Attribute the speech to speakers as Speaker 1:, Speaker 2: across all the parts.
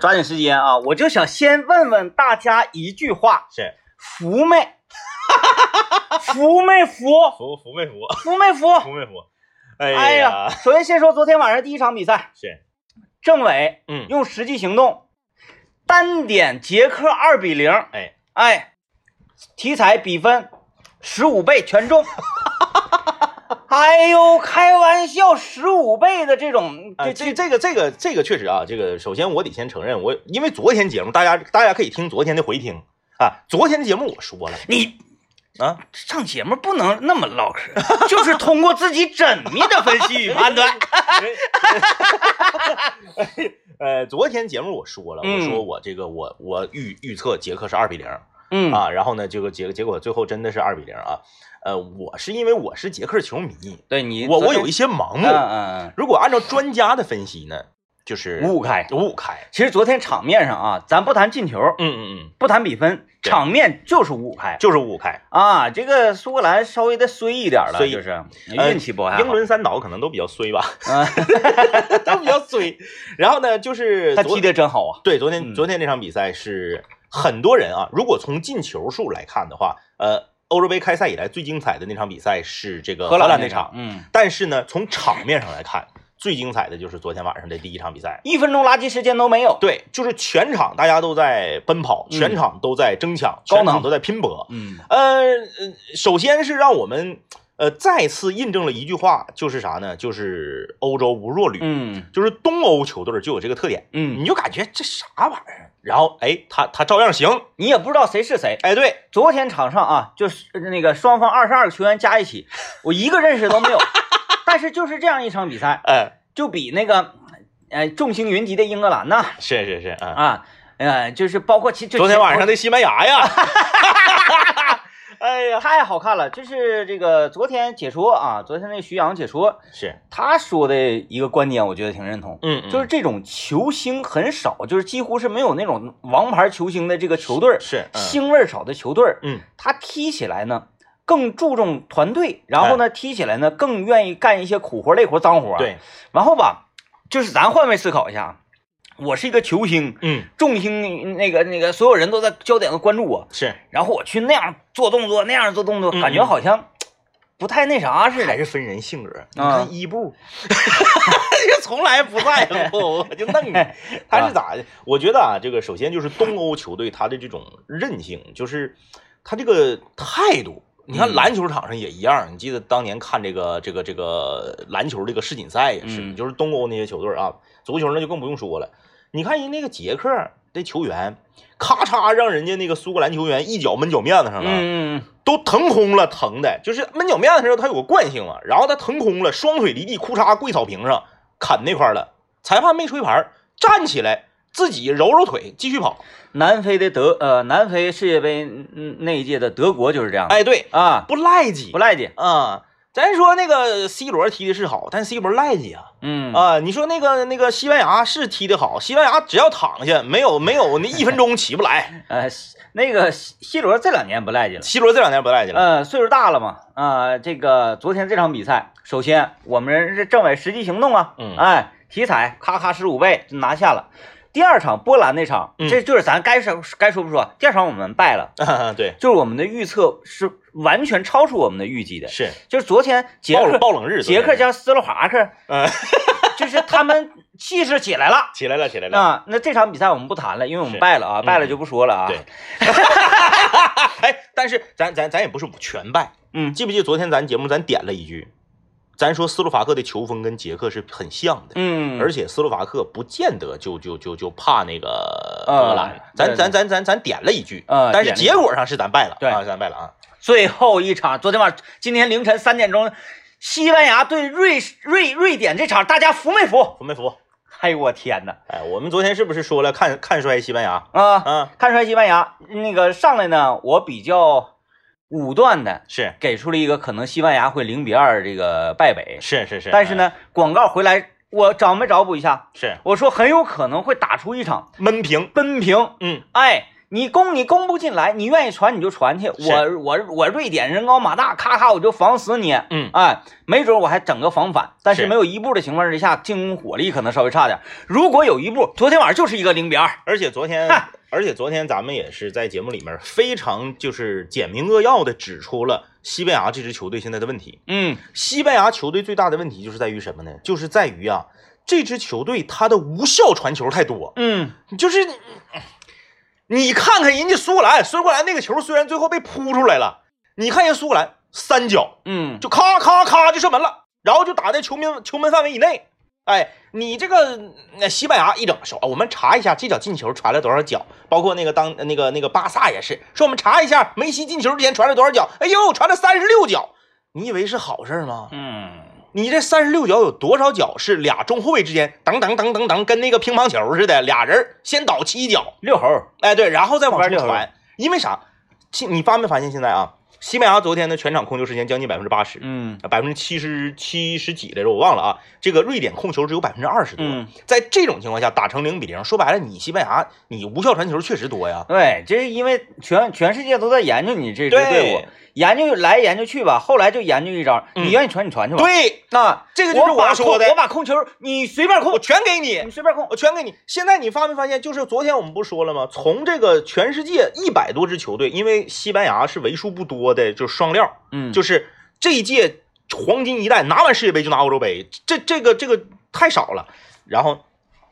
Speaker 1: 抓紧时间啊！我就想先问问大家一句话：
Speaker 2: 是
Speaker 1: 服没？ 服没服？
Speaker 2: 服服 没服？
Speaker 1: 服没服？
Speaker 2: 服没服？
Speaker 1: 哎
Speaker 2: 哎
Speaker 1: 呀，首先先说昨天晚上第一场比赛，
Speaker 2: 是，
Speaker 1: 政委
Speaker 2: 嗯，
Speaker 1: 用实际行动单点捷克二比零，
Speaker 2: 哎，
Speaker 1: 哎，体彩比分十五倍全 中。哎呦，开玩笑，十五倍的这种，
Speaker 2: 啊
Speaker 1: 这
Speaker 2: 这这个这个这个确实啊，这个首先我得先承认，我因为昨天节目大家大家可以听昨天的回听啊，昨天的节目我说了
Speaker 1: 你
Speaker 2: 啊，
Speaker 1: 上节目不能那么唠嗑， 就是通过自己缜密的分析与判 断。
Speaker 2: 哎呃，昨天节目我说了，我
Speaker 1: 嗯
Speaker 2: 说我这个我我预预测捷克是二比零
Speaker 1: 嗯
Speaker 2: 啊，然后呢，这个结结果最后真的是二比零啊，呃，我是因为我是捷克球迷，
Speaker 1: 对你
Speaker 2: 我我有
Speaker 1: 一
Speaker 2: 一些盲
Speaker 1: 嗯
Speaker 2: 目，
Speaker 1: 嗯
Speaker 2: 如果按照专家的分析呢，就是
Speaker 1: 嗯五五开。
Speaker 2: 五五开，
Speaker 1: 其实昨天场面上啊，咱不谈进球，
Speaker 2: 嗯嗯嗯，
Speaker 1: 不谈比分，
Speaker 2: 对
Speaker 1: 场面就是五五开。
Speaker 2: 就是五五开。
Speaker 1: 啊，这个苏格兰稍微的衰一点了，
Speaker 2: 衰
Speaker 1: 就是
Speaker 2: 呃
Speaker 1: 运气不太好。
Speaker 2: 英伦三岛可能都比较 衰吧，
Speaker 1: 啊，
Speaker 2: 都比较衰。然后呢，就是
Speaker 1: 他
Speaker 2: 昨
Speaker 1: 踢的真好啊。
Speaker 2: 对昨天
Speaker 1: 嗯
Speaker 2: 昨天这场比赛是很多人啊，如果从进球数来看的话，呃，欧洲杯开赛以来最精彩的那场比赛是这个荷兰那场，
Speaker 1: 嗯，
Speaker 2: 但是呢，从场面上来看，最精彩的就是昨天晚上的第一场比赛。
Speaker 1: 一分钟垃圾时间都没有。
Speaker 2: 对，就是全场大家都在奔跑，
Speaker 1: 嗯
Speaker 2: 全场都在争抢，
Speaker 1: 高
Speaker 2: 全
Speaker 1: 能
Speaker 2: 场都在拼搏。
Speaker 1: 嗯
Speaker 2: 呃，呃首先是让我们呃再次印证了一句话，就是啥呢？就是欧洲无弱旅，
Speaker 1: 嗯
Speaker 2: 就是东欧球队就有这个特点，
Speaker 1: 嗯，
Speaker 2: 你就感觉这啥玩意儿，然后哎，他他照样行，
Speaker 1: 你也不知道谁是谁。
Speaker 2: 哎，对，
Speaker 1: 昨天场上啊，就是那个双方二十二个球员加一 起，我一个认识都没有。但是就是这样一场比赛，
Speaker 2: 哎，
Speaker 1: 就比那个呃众星云集的英格兰呐
Speaker 2: 是是是，啊，
Speaker 1: 啊，呃，就是包括其就
Speaker 2: 昨天晚上
Speaker 1: 的
Speaker 2: 的西班 牙呀，哎呀，
Speaker 1: 太好看了。就是这个昨天解说啊，昨天那个徐阳解说，
Speaker 2: 是，
Speaker 1: 他说的一个观点，我觉得挺认同。
Speaker 2: 嗯，嗯
Speaker 1: 就是这种球星很少，就是几乎是没有那种王牌球星的这个球队儿，
Speaker 2: 是，嗯
Speaker 1: 腥味儿少的球队儿，
Speaker 2: 嗯，
Speaker 1: 他踢起来呢更注重团队，然后呢踢起来呢更愿意干一些苦活、累活、脏活。，
Speaker 2: 哎
Speaker 1: 啊
Speaker 2: 对，
Speaker 1: 然后吧，就是咱换位思考一下，我是一个球星，
Speaker 2: 嗯，
Speaker 1: 众星那个那个所有人都在焦点都关注我，
Speaker 2: 是，
Speaker 1: 然后我去那样做动作，那样做动作，
Speaker 2: 嗯
Speaker 1: 感觉好像不太那啥似的
Speaker 2: 还。是分人性格。你
Speaker 1: 啊
Speaker 2: 看伊布， 就从来不在乎，我就弄你。
Speaker 1: 哎
Speaker 2: 他是咋的？我觉得啊，这个首先就是东欧球队他的这种韧性，就是他这个态度。你看
Speaker 1: 嗯
Speaker 2: 篮球场上也一样，你记得当年看这个这个这个篮球这个世锦赛也是，
Speaker 1: 嗯
Speaker 2: 就是东欧那些球队啊，足球那就更不用说了。你看人那个捷克的球员，咔嚓让人家那个苏格兰球员一脚闷脚面子上了，
Speaker 1: 嗯嗯
Speaker 2: 都腾空了，疼的，就是闷脚面的时候，他有个惯性嘛，然后他腾空了，双腿离地，裤衩跪草坪上砍那块儿了，裁判没吹牌儿，站起来自己揉揉腿继续跑。
Speaker 1: 嗯，南非的德呃，南非世界杯嗯那一届的德国就是这样的。
Speaker 2: 哎，对，
Speaker 1: 啊，
Speaker 2: 不赖叽
Speaker 1: 不赖的，
Speaker 2: 啊、咱说那个 C 罗踢的是好，但 C 罗赖叽啊
Speaker 1: 嗯
Speaker 2: 啊、你说那个那个西班牙是踢的好，西班牙只要躺下，没有没有那一分钟起不来。
Speaker 1: 呃，那个 C C 罗这两年不赖劲了，
Speaker 2: C 罗这两年不赖叽了，
Speaker 1: 呃，岁数大了嘛，啊、这个昨天这场比赛，首先我们是政委实际行动啊，
Speaker 2: 嗯
Speaker 1: 哎，体彩咔咔十五倍就拿下了。第二场波兰那场，
Speaker 2: 嗯
Speaker 1: 这就是咱该说该说不说，第二场我们败了，
Speaker 2: 对，
Speaker 1: 就是我们的预测是完全超出我们的预计的，
Speaker 2: 是
Speaker 1: 就是昨天捷
Speaker 2: 暴冷
Speaker 1: 克
Speaker 2: 暴冷日，
Speaker 1: 捷克加斯洛伐 克，
Speaker 2: 嗯，
Speaker 1: 就是他们气势起来了。
Speaker 2: 起来了起来了，
Speaker 1: 啊，那这场比赛我们不谈了，因为我们
Speaker 2: 是嗯
Speaker 1: 败了啊，败了就不说了啊。
Speaker 2: 对 哎，但是咱咱咱也不是全败，
Speaker 1: 嗯
Speaker 2: 记不记得昨天咱节目咱点了一句，咱说斯洛伐克的球风跟捷克是很像的，
Speaker 1: 嗯，
Speaker 2: 而且斯洛伐克不见得就就就就怕那个
Speaker 1: 啊
Speaker 2: 荷兰，
Speaker 1: 对
Speaker 2: 咱
Speaker 1: 对
Speaker 2: 咱咱咱咱点了一句，
Speaker 1: 啊
Speaker 2: 但是
Speaker 1: 点了一
Speaker 2: 结果上是咱败了，
Speaker 1: 对
Speaker 2: 啊，咱败了啊，
Speaker 1: 最后一场，昨天晚上，今天凌晨三点钟，西班牙对瑞士瑞瑞典这场，大家服没服？
Speaker 2: 服没服？
Speaker 1: 哎呦我天哪！
Speaker 2: 哎，我们昨天是不是说了看看衰西班牙？
Speaker 1: 啊，
Speaker 2: 啊，
Speaker 1: 看出来西班牙那个上来呢，我比较武断的
Speaker 2: 是
Speaker 1: 给出了一个可能西班牙会零比二这个败北，
Speaker 2: 是是是，
Speaker 1: 但是呢，广告回来我找没找补一下？
Speaker 2: 嗯，是
Speaker 1: 我说很有可能会打出一场
Speaker 2: 闷平，
Speaker 1: 奔平，
Speaker 2: 嗯，
Speaker 1: 哎，你攻你攻不进来，你愿意传你就传去。
Speaker 2: 是
Speaker 1: 我我我瑞典人高马大，咔咔我就防死你。
Speaker 2: 嗯
Speaker 1: 哎，没准我还整个防反，但是
Speaker 2: 是
Speaker 1: 没有一步的情况之下，进攻火力可能稍微差点。如果有一步，昨天晚上就是一个零比二。
Speaker 2: 而且昨天
Speaker 1: 嗨，
Speaker 2: 而且昨天咱们也是在节目里面非常就是简明扼要的指出了西班牙这支球队现在的问题。
Speaker 1: 嗯，
Speaker 2: 西班牙球队最大的问题就是在于什么呢？就是在于啊，这支球队它的无效传球太多。
Speaker 1: 嗯，
Speaker 2: 就是你你看看人家苏格兰，苏格兰那个球虽然最后被扑出来了，你看人苏格兰三脚
Speaker 1: 嗯，
Speaker 2: 就咔咔咔就射门了，然后就打在球门球门范围以内。哎，你这个那西班牙一整说，我们查一下这脚进球传了多少脚，包括那个当那个那个巴萨也是说，我们查一下梅西进球之前传了多少脚，哎呦，传了三十六脚，你以为是好事儿吗？
Speaker 1: 嗯，
Speaker 2: 你这三十六脚有多少脚是俩中后卫之间噔噔噔噔噔，跟那个乒乓球似的，俩人先倒七脚，
Speaker 1: 六猴，
Speaker 2: 哎对，然后再往
Speaker 1: 玩
Speaker 2: 出
Speaker 1: 六合
Speaker 2: 传。因为啥？其你发没发现现在啊，西班牙昨天的全场控球时间将近百分之八十，
Speaker 1: 嗯
Speaker 2: 百分之七十七十几来着，我忘了啊。这个瑞典控球只有百分之二十多，
Speaker 1: 嗯，
Speaker 2: 在这种情况下打成零比零，说白了，你西班牙你无效传球确实多呀。
Speaker 1: 对，这是因为全全世界都在研究你这支队伍
Speaker 2: 对，
Speaker 1: 研究来研究去吧，后来就研究一招，
Speaker 2: 嗯
Speaker 1: 你愿意传你传去吧。，
Speaker 2: 对，
Speaker 1: 那
Speaker 2: 这个就是
Speaker 1: 我把
Speaker 2: 我说
Speaker 1: 控
Speaker 2: 的嗯
Speaker 1: 我把控球你随便控
Speaker 2: 我，全给你
Speaker 1: 你。随便控。
Speaker 2: 我全给你。现在你发没发现，就是昨天我们不说了吗？从这个全世界一百多支球队，因为西班牙是为数不多的，就是双料，
Speaker 1: 嗯，
Speaker 2: 就是这一届黄金一代拿完世界杯就拿欧洲杯，这这个这个太少了。然后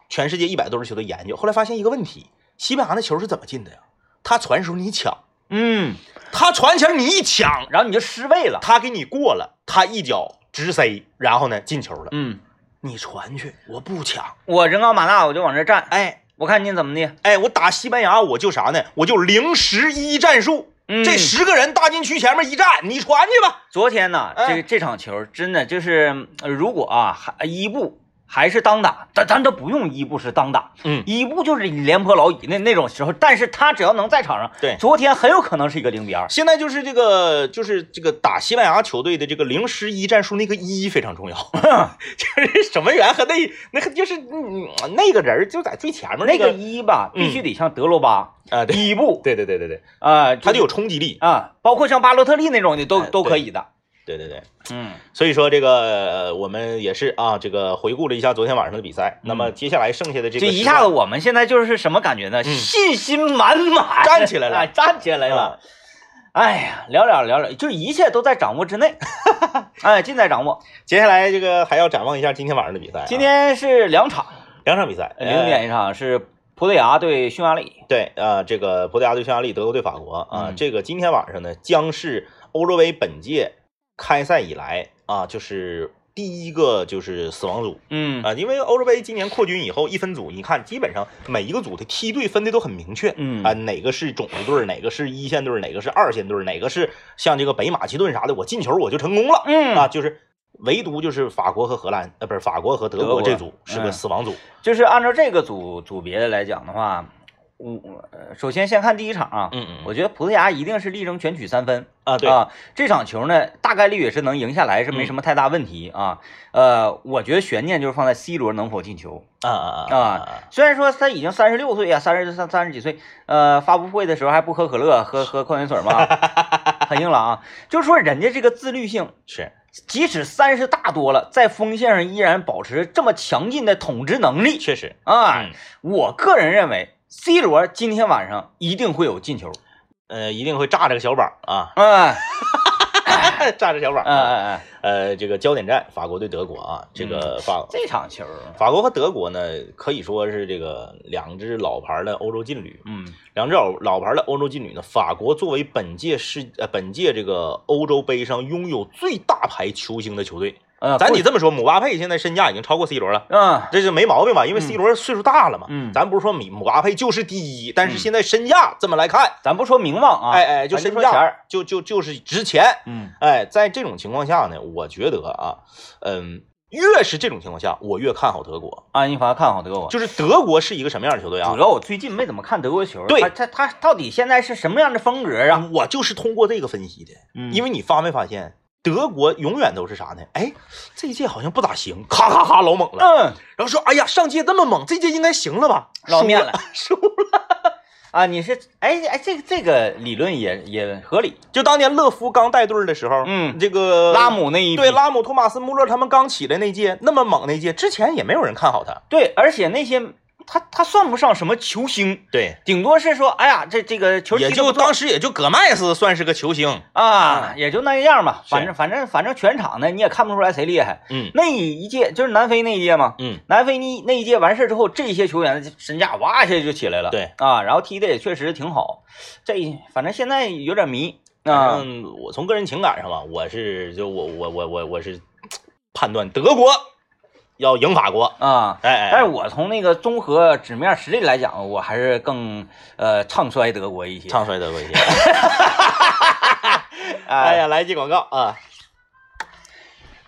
Speaker 2: 全世界一百多支球队研究，后来发现一个问题：西班牙那球是怎么进的呀？他传的时候你抢，
Speaker 1: 嗯，
Speaker 2: 他传前你一抢，
Speaker 1: 然后你就失位了。
Speaker 2: 他给你过了，他一脚直塞，然后呢进球了。
Speaker 1: 嗯，
Speaker 2: 你传去，我不抢，
Speaker 1: 我人高马大，我就往这站，
Speaker 2: 哎。
Speaker 1: 我看你怎么的。
Speaker 2: 哎，我打西班牙，我就啥呢？我就零十一战术，
Speaker 1: 嗯
Speaker 2: 这十个人大禁区前面一站，你传去吧。
Speaker 1: 昨天呢，
Speaker 2: 哎
Speaker 1: 这这场球真的就是，呃如果啊还伊布还是当打，咱咱都不用伊布是当打，
Speaker 2: 嗯
Speaker 1: 伊布就是廉颇老矣那那种时候，但是他只要能在场上，
Speaker 2: 对
Speaker 1: 昨天很有可能是一个零比二。
Speaker 2: 现在就是这个，就是这个打西班牙球队的这个零十一战术，那个一非常重要，
Speaker 1: 嗯
Speaker 2: 就是守门员和那那个就是嗯那个人就在最前面
Speaker 1: 那
Speaker 2: 个
Speaker 1: 个一吧，
Speaker 2: 嗯
Speaker 1: 必须得像德罗巴、
Speaker 2: 啊，对
Speaker 1: 伊布
Speaker 2: 对对对对对，
Speaker 1: 啊，
Speaker 2: 他就有冲击力，
Speaker 1: 啊，包括像巴洛特利那种的都
Speaker 2: 哎
Speaker 1: 都
Speaker 2: 对
Speaker 1: 可以的。
Speaker 2: 对对对。
Speaker 1: 嗯
Speaker 2: 所以说这个呃我们也是啊，这个回顾了一下昨天晚上的比赛，那么接下来剩下的这
Speaker 1: 就
Speaker 2: 个
Speaker 1: 嗯一
Speaker 2: 时
Speaker 1: 下
Speaker 2: 段
Speaker 1: 子，我们现在就是什么感觉呢？信心满满，
Speaker 2: 站起来 了嗯
Speaker 1: 哎站起来了。哎呀，聊聊聊聊，就一切都在掌握之内， 哎，尽在掌握。
Speaker 2: 接下来这个还要展望一下今天晚上的比赛啊、
Speaker 1: 今天是两场，
Speaker 2: 两场比赛，
Speaker 1: 零
Speaker 2: 呃
Speaker 1: 点一场是葡萄牙对匈牙利，
Speaker 2: 对，呃，这个葡萄牙对匈牙利，德国对法国啊、
Speaker 1: 嗯
Speaker 2: 这个今天晚上呢，将是欧洲杯本届开赛以来啊，就是第一个就是死亡组
Speaker 1: 嗯
Speaker 2: 啊、因为欧洲杯今年扩军以后，一分组，你看基本上每一个组的梯队分的都很明确，
Speaker 1: 嗯
Speaker 2: 啊、哪个是种子队儿，哪个是一线队儿，哪个是二线队儿，哪个是像这个北马其顿啥的，我进球我就成功了，
Speaker 1: 嗯
Speaker 2: 啊，就是唯独就是法国和荷兰，呃，不是法国和德
Speaker 1: 德
Speaker 2: 国这
Speaker 1: 国
Speaker 2: 组是个
Speaker 1: 嗯
Speaker 2: 死亡组，
Speaker 1: 就是按照这个组组别的来讲的话，我呃首先先看第一场啊，
Speaker 2: 嗯嗯，
Speaker 1: 我觉得葡萄牙一定是力争全取三分
Speaker 2: 啊对，嗯
Speaker 1: 啊，这场球呢大概率也是能赢下来，是没什么太大问题啊。呃，我觉得悬念就是放在 C 罗能否进球。
Speaker 2: 啊啊啊
Speaker 1: 啊，虽然说他已经三十六岁啊，三十三三十几岁，呃，发布会的时候还不喝可乐，喝喝矿泉水 嘛，很硬朗啊。就是说人家这个自律性，
Speaker 2: 是。
Speaker 1: 即使三十大多了，在锋线上依然保持这么强劲的统治能力
Speaker 2: 确实，
Speaker 1: 啊。
Speaker 2: 嗯
Speaker 1: 我个人认为，C 罗今天晚上一定会有进球。
Speaker 2: 呃，一定会炸这个小板儿啊，
Speaker 1: 哎
Speaker 2: 炸这小板
Speaker 1: 哎
Speaker 2: 儿啊。
Speaker 1: 哎哎，
Speaker 2: 呃，这个焦点战，法国对德国啊，这
Speaker 1: 嗯
Speaker 2: 个法
Speaker 1: 这场球，
Speaker 2: 法国和德国呢，可以说是这个两支老牌的欧洲劲旅，
Speaker 1: 嗯
Speaker 2: 两支老老牌的欧洲劲旅呢，法国作为本届世呃本届这个欧洲杯上拥有最大牌球星的球队，
Speaker 1: 呃，
Speaker 2: 咱
Speaker 1: 不
Speaker 2: 得这么说，姆巴佩现在身价已经超过 C 罗了。
Speaker 1: 嗯
Speaker 2: 这就没毛病吧？因为
Speaker 1: 嗯
Speaker 2: C 罗岁数大了嘛，
Speaker 1: 嗯
Speaker 2: 咱不是说米姆巴佩就是第一，但
Speaker 1: 嗯
Speaker 2: 是现在身价这么来看，
Speaker 1: 咱不说名望啊，
Speaker 2: 哎哎，就
Speaker 1: 咱
Speaker 2: 身
Speaker 1: 说钱儿
Speaker 2: 价，就就就是值钱，
Speaker 1: 嗯
Speaker 2: 哎，在这种情况下呢，我觉得啊，嗯，越是这种情况下，我越看好德国。
Speaker 1: 安一凡看好德国。
Speaker 2: 就是德国是一个什么样的球队啊
Speaker 1: 主？要我最近没怎么看德国球，
Speaker 2: 对嗯
Speaker 1: 他他他到底现在是什么样的风格啊？
Speaker 2: 我就是通过这个分析的，
Speaker 1: 嗯
Speaker 2: 因为你发没发现，德国永远都是啥呢？哎，这一届好像不咋行，咔咔咔老猛了，
Speaker 1: 嗯，
Speaker 2: 然后说，哎呀，上届那么猛，这届应该行了吧？
Speaker 1: 捞
Speaker 2: 输
Speaker 1: 面了，
Speaker 2: 输了，
Speaker 1: 啊，你是哎哎，这个这个理论也也合理。
Speaker 2: 就当年勒夫刚带队儿的时候，
Speaker 1: 嗯
Speaker 2: 这个
Speaker 1: 拉姆那一
Speaker 2: 对
Speaker 1: 批
Speaker 2: 拉姆、托马斯、穆勒他们刚起来那届那么猛那届，之前也没有人看好他。
Speaker 1: 对，而且那些他他算不上什么球星，
Speaker 2: 对，
Speaker 1: 顶多是说，哎呀，这这个球
Speaker 2: 也
Speaker 1: 踢得
Speaker 2: 就
Speaker 1: 不错
Speaker 2: 当时也就戈麦斯算是个球星。
Speaker 1: 啊，也就那样吧。
Speaker 2: 是
Speaker 1: 反正反正反正全场呢，你也看不出来谁厉害。
Speaker 2: 嗯
Speaker 1: 那一届就是南非那一届嘛，
Speaker 2: 嗯，
Speaker 1: 南非那那一届完事儿之后，这些球员的身价哇一下就起来了。
Speaker 2: 对
Speaker 1: 啊，然后踢的也确实挺好。这反正现在有点迷啊，
Speaker 2: 嗯，我从个人情感上吧，我是就我我我我我是判断德国要赢法国。
Speaker 1: 啊。
Speaker 2: 哎哎，
Speaker 1: 但是我从那个综合纸面实力来讲，我还是更呃唱衰德国一些。
Speaker 2: 唱衰德国一些。哎
Speaker 1: 哎，
Speaker 2: 呀，来一记广告啊！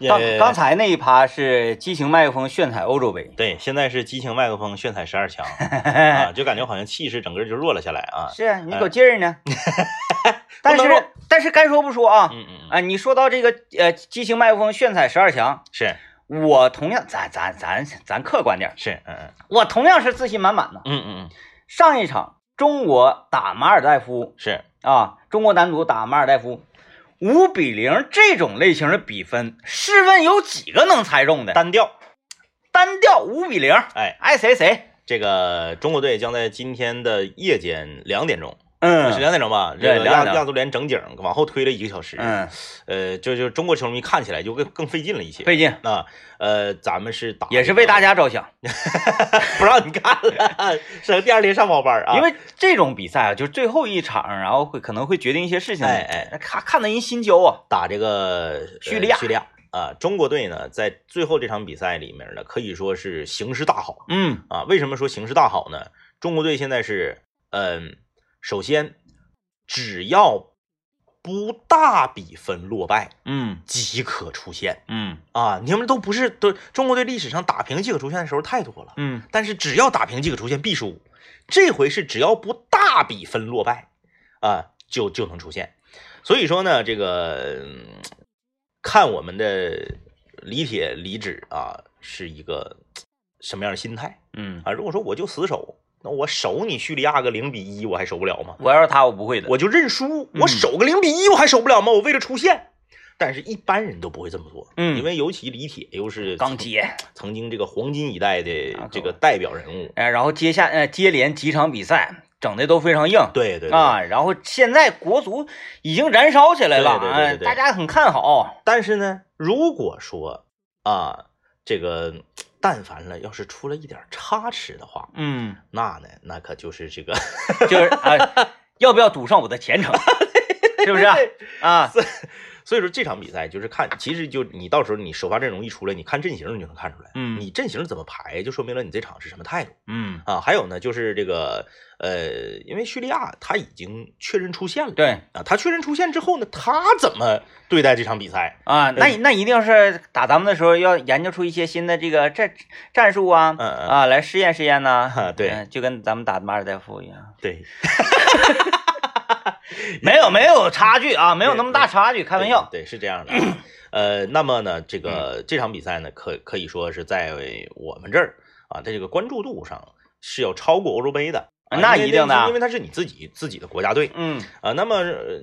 Speaker 2: 呃
Speaker 1: 刚
Speaker 2: 也
Speaker 1: 刚才那一趴是激情麦克风炫彩欧洲杯，
Speaker 2: 对，现在是激情麦克风炫彩十 二强啊，就感觉好像气势整个就弱了下来啊。
Speaker 1: 是啊，你有劲儿呢。 但
Speaker 2: 不能
Speaker 1: 是但是该说不说啊
Speaker 2: 嗯嗯嗯，
Speaker 1: 啊，你说到这个呃激情麦克风炫彩十二强，
Speaker 2: 是
Speaker 1: 我同样咱咱咱咱客观点儿，
Speaker 2: 是，嗯嗯
Speaker 1: 我同样是自信满满的。
Speaker 2: 嗯嗯嗯，
Speaker 1: 上一场中国打马尔代夫
Speaker 2: 是
Speaker 1: 啊，中国男足打马尔代夫。五比零这种类型的比分，试问有几个能猜中的？
Speaker 2: 单调。
Speaker 1: 单调五比零，
Speaker 2: 哎，
Speaker 1: 爱谁谁。
Speaker 2: 这个中国队将在今天的夜间两点钟，是
Speaker 1: 嗯
Speaker 2: 两点钟吧？
Speaker 1: 对
Speaker 2: 这个
Speaker 1: 两
Speaker 2: 亚
Speaker 1: 点钟
Speaker 2: 亚足联整景往后推了一个小时。，
Speaker 1: 嗯，
Speaker 2: 呃，就就中国球迷看起来就更更费劲了一些。
Speaker 1: 费劲，
Speaker 2: 那呃，咱们是打
Speaker 1: 也是为大家着想，
Speaker 2: 不让你看 了，是第二天上报班啊。
Speaker 1: 因为这种比赛啊，就是最后一场，然后会可能会决定一些事情。
Speaker 2: 哎哎，
Speaker 1: 看看得人心焦啊。
Speaker 2: 打这个呃
Speaker 1: 叙利亚
Speaker 2: 叙利亚啊、中国队呢在最后这场比赛里面呢，可以说是形势大好
Speaker 1: 嗯
Speaker 2: 啊。为什么说形势大好呢？中国队现在是，嗯，首先只要不大比分落败
Speaker 1: 嗯
Speaker 2: 即可出线
Speaker 1: 嗯
Speaker 2: 啊。你们都不是都中国队历史上打平即可出线的时候太多了，
Speaker 1: 嗯，
Speaker 2: 但是只要打平即可出线必输，这回是只要不大比分落败啊，就就能出现。所以说呢，这个嗯看我们的李铁李指啊，是一个嘖什么样的心态
Speaker 1: 嗯，
Speaker 2: 啊？如果说我就死守，那我守你叙利亚个零比一，我还守不了吗？
Speaker 1: 我要是他，我不会的。
Speaker 2: 我就认输，
Speaker 1: 嗯
Speaker 2: 我守个零比一，我还守不了吗？我为了出线。但是，一般人都不会这么做，
Speaker 1: 嗯
Speaker 2: 因为尤其李铁又是
Speaker 1: 钢铁，
Speaker 2: 曾经这个黄金一代
Speaker 1: 啊
Speaker 2: 的这
Speaker 1: 可
Speaker 2: 个代表人物，
Speaker 1: 哎，然后接下呃接连几场比赛整的都非常硬
Speaker 2: 对对对
Speaker 1: 啊，然后现在国足已经燃烧起来了，
Speaker 2: 对对对对
Speaker 1: 哎
Speaker 2: 对
Speaker 1: 大家很看好。
Speaker 2: 但是呢，如果说啊，这个但凡了，要是出了一点差池的话，
Speaker 1: 嗯，
Speaker 2: 那呢，那可就是这个，
Speaker 1: 就是啊，要不要赌上我的前程？是不是啊？ 啊
Speaker 2: 所以说这场比赛就是看，其实就你到时候你首发阵容一出来，你看阵型你就能看出来，
Speaker 1: 嗯
Speaker 2: 你阵型怎么排，就说明了你这场是什么态度
Speaker 1: 嗯，
Speaker 2: 啊。还有呢，就是这个呃，因为叙利亚他已经确认出线了，
Speaker 1: 对
Speaker 2: 啊，他确认出线之后呢，他怎么对待这场比赛？
Speaker 1: 啊，那那一定是打咱们的时候要研究出一些新的这个战战术啊，
Speaker 2: 嗯嗯
Speaker 1: 啊，来试验试验呐、
Speaker 2: 啊对
Speaker 1: 嗯就跟咱们打马尔代夫一样，
Speaker 2: 对，
Speaker 1: 没有没有差距啊，没有那么大差距，开玩笑。
Speaker 2: 对，对是这样的啊。呃，那么呢，这个这场比赛呢，可可以说是在我们这儿啊，在这个关注度上是要超过欧洲杯的，啊
Speaker 1: 那
Speaker 2: 因为
Speaker 1: 一定的
Speaker 2: 因为它是你自己自己的国家队
Speaker 1: 嗯
Speaker 2: 啊。那么、呃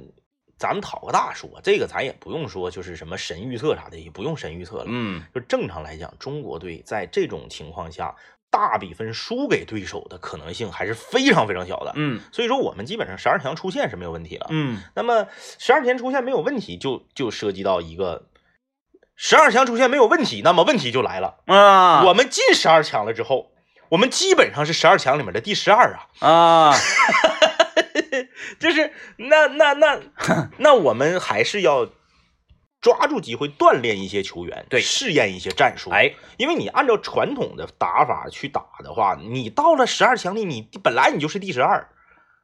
Speaker 2: 咱们讨个大说，这个咱也不用说就是什么神预测啥的，也不用神预测了。
Speaker 1: 嗯
Speaker 2: 就正常来讲，中国队在这种情况下大比分输给对手的可能性还是非常非常小的。
Speaker 1: 嗯
Speaker 2: 所以说，我们基本上十二强出线是没有问题了。
Speaker 1: 嗯
Speaker 2: 那么十二强出现没有问题就，就涉及到一个十二强出现没有问题，那么问题就来了，
Speaker 1: 啊
Speaker 2: 我们进十二强了之后，我们基本上是十二强里面的第十二啊，
Speaker 1: 啊，
Speaker 2: 就是那那 那那我们还是要。抓住机会锻炼一些球员，
Speaker 1: 对
Speaker 2: 试验一些战术。，
Speaker 1: 哎，
Speaker 2: 因为你按照传统的打法去打的话，你到了十二强里，你本来你就是第十二，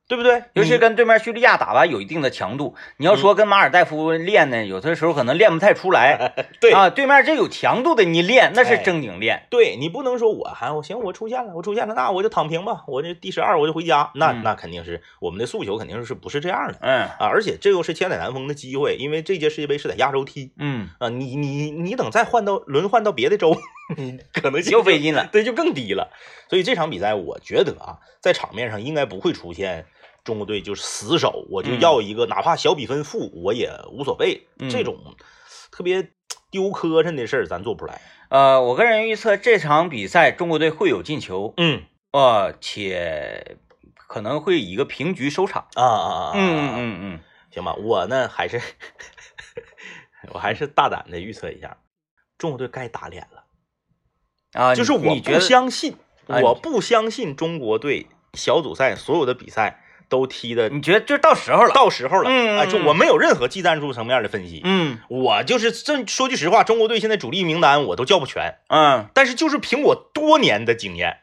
Speaker 2: 对不对？
Speaker 1: 尤其是跟对面叙利亚打完有一定的强度。你
Speaker 2: 嗯
Speaker 1: 要说跟马尔代夫练呢，有的时候可能练不太出来。
Speaker 2: 对
Speaker 1: 啊，对面这有强度的你练，那是
Speaker 2: 哎
Speaker 1: 正经练。
Speaker 2: 对你不能说我还我行，我出现了，我出现了，那我就躺平吧，我这第十二我就回家，那
Speaker 1: 嗯
Speaker 2: 那肯定是我们的诉求肯定是不是这样的
Speaker 1: 嗯
Speaker 2: 啊？而且这又是千载难逢的机会，因为这届世界杯是在亚洲踢
Speaker 1: 嗯，
Speaker 2: 啊，你你你等再换到轮换到别的州，你 可能
Speaker 1: 嗯
Speaker 2: 性
Speaker 1: 又
Speaker 2: 就
Speaker 1: 费劲了。
Speaker 2: 对就更低了。所以这场比赛我觉得啊，在场面上应该不会出现中国队就是死守，我就
Speaker 1: 嗯
Speaker 2: 要一个哪怕小比分负我也无所谓，这
Speaker 1: 嗯
Speaker 2: 种特别丢磕碜的事儿咱做不出来。
Speaker 1: 呃，我个人预测这场比赛中国队会有进球，
Speaker 2: 嗯。
Speaker 1: 呃，且可能会以一个平局收场。
Speaker 2: 啊啊啊！
Speaker 1: 嗯
Speaker 2: 嗯，
Speaker 1: 嗯嗯
Speaker 2: 行吧，我呢还是 我还是大胆的预测一下，中国队该打脸了。
Speaker 1: 嗯啊，
Speaker 2: 就是
Speaker 1: 你
Speaker 2: 我
Speaker 1: 你觉
Speaker 2: 不
Speaker 1: 得
Speaker 2: 相信，
Speaker 1: 啊你
Speaker 2: 我不相信中国队小组赛所有的比赛都踢的
Speaker 1: 你觉得就到时候了。
Speaker 2: 到时候了。
Speaker 1: 嗯
Speaker 2: 啊，就
Speaker 1: 嗯
Speaker 2: 我没有任何技战术层面的分析。
Speaker 1: 嗯
Speaker 2: 我就是这说句实话，中国队现在主力名单我都叫不全，
Speaker 1: 嗯
Speaker 2: 但是就是凭我多年的经验，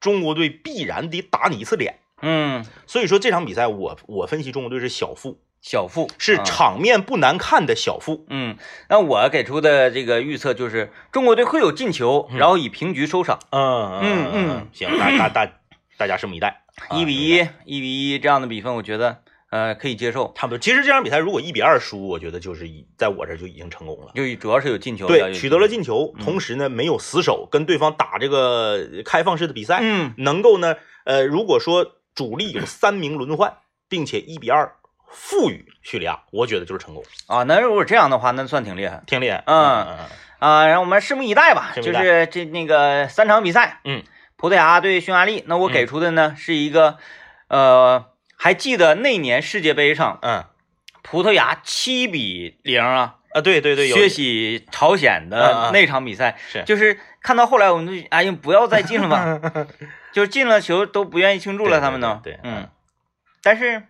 Speaker 2: 中国队必然得打你一次脸。
Speaker 1: 嗯，
Speaker 2: 所以说这场比赛我我分析中国队是小负，
Speaker 1: 小负
Speaker 2: 是
Speaker 1: 啊
Speaker 2: 场面不难看的小负。
Speaker 1: 嗯，那我给出的这个预测就是中国队会有进球，
Speaker 2: 嗯
Speaker 1: 然后以平局收场，
Speaker 2: 嗯
Speaker 1: 嗯嗯，
Speaker 2: 行，大大大大家拭目以待，啊
Speaker 1: 一比。
Speaker 2: 拭目以待
Speaker 1: 一、一比一这样的比分，我觉得呃可以接受，
Speaker 2: 差不多，其实这场比赛如果一比二输，我觉得就是已在我这儿就已经成功了。
Speaker 1: 就主要是有进球，要
Speaker 2: 对，
Speaker 1: 有嗯
Speaker 2: 取得了
Speaker 1: 球，
Speaker 2: 进球，同时呢没有死守，跟对方打这个开放式的比赛，
Speaker 1: 嗯
Speaker 2: 能够呢，呃，如果说主力有三名轮换，并且一比二负于叙利亚，我觉得就是成功。
Speaker 1: 啊，那如果这样的话，那算挺厉害
Speaker 2: 听力，嗯
Speaker 1: 嗯啊，然后我们拭目以待吧，
Speaker 2: 拭目
Speaker 1: 就
Speaker 2: 以待
Speaker 1: 是这那个三场比赛，
Speaker 2: 嗯，
Speaker 1: 葡萄牙对匈牙利，那我给出的呢、是一个呃，还记得那年世界杯上
Speaker 2: 嗯嗯
Speaker 1: 葡萄牙七比零啊，
Speaker 2: 啊，对对对，有嗯
Speaker 1: 学习朝鲜的那场比赛，
Speaker 2: 是
Speaker 1: 就是看到后来我们就哎呀，不要再进了吧， 就是进了球都不愿意庆祝了，
Speaker 2: 对
Speaker 1: 他们都
Speaker 2: 对对对
Speaker 1: 嗯
Speaker 2: 嗯，
Speaker 1: 但是嗯、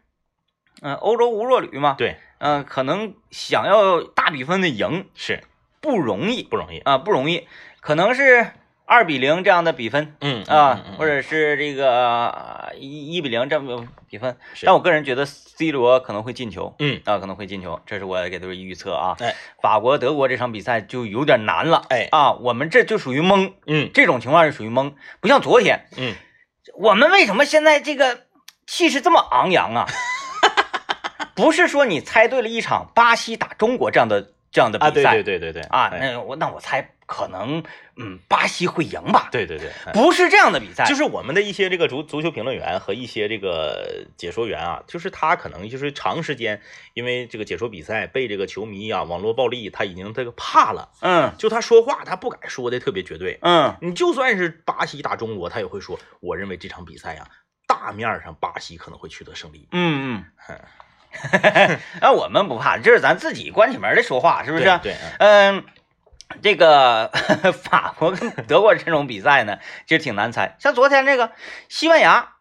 Speaker 1: 呃欧洲无弱旅嘛，
Speaker 2: 对
Speaker 1: 嗯、可能想要大比分的赢
Speaker 2: 是
Speaker 1: 不容易
Speaker 2: 不容易，
Speaker 1: 啊、不容易，可能是二比零这样的比分
Speaker 2: 嗯
Speaker 1: 啊、或
Speaker 2: 者
Speaker 1: 者是这个呃一一比零这样的比分，
Speaker 2: 是
Speaker 1: 但我个人觉得 C 罗可能会进球，
Speaker 2: 嗯
Speaker 1: 啊，可能会进球，这是我给的预测啊。
Speaker 2: 哎，
Speaker 1: 法国、德国这场比赛就有点难了。
Speaker 2: 哎
Speaker 1: 啊，我们这就属于蒙，
Speaker 2: 嗯
Speaker 1: 这种情况是属于蒙，不像昨天，
Speaker 2: 嗯，
Speaker 1: 我们为什么现在这个气势这么昂扬啊？ 不是说你猜对了一场巴西打中国这样的这样的
Speaker 2: 啊，
Speaker 1: 比
Speaker 2: 对
Speaker 1: 赛
Speaker 2: 对对对对
Speaker 1: 啊
Speaker 2: 哎
Speaker 1: 那我那我猜可能嗯巴西会赢吧，
Speaker 2: 对对对，哎
Speaker 1: 不是这样的比赛，
Speaker 2: 就是是我们的一些这个足足球评论员和一些这个解说员啊，就是他可能就是长时间因为这个解说比赛被这个球迷啊网络暴力，他已经这个怕了，
Speaker 1: 嗯
Speaker 2: 就他说话他不敢说的特别绝对。
Speaker 1: 嗯
Speaker 2: 你就算是巴西打中国，他也会说，我认为这场比赛啊，大面上巴西可能会取得胜利。
Speaker 1: 嗯嗯， 那我们不怕，这是咱自己关起门来说话，是不
Speaker 2: 对
Speaker 1: 是？
Speaker 2: 对，嗯
Speaker 1: 嗯，这个 法国跟德国这种比赛呢，其实挺难猜。像昨天这个西班牙、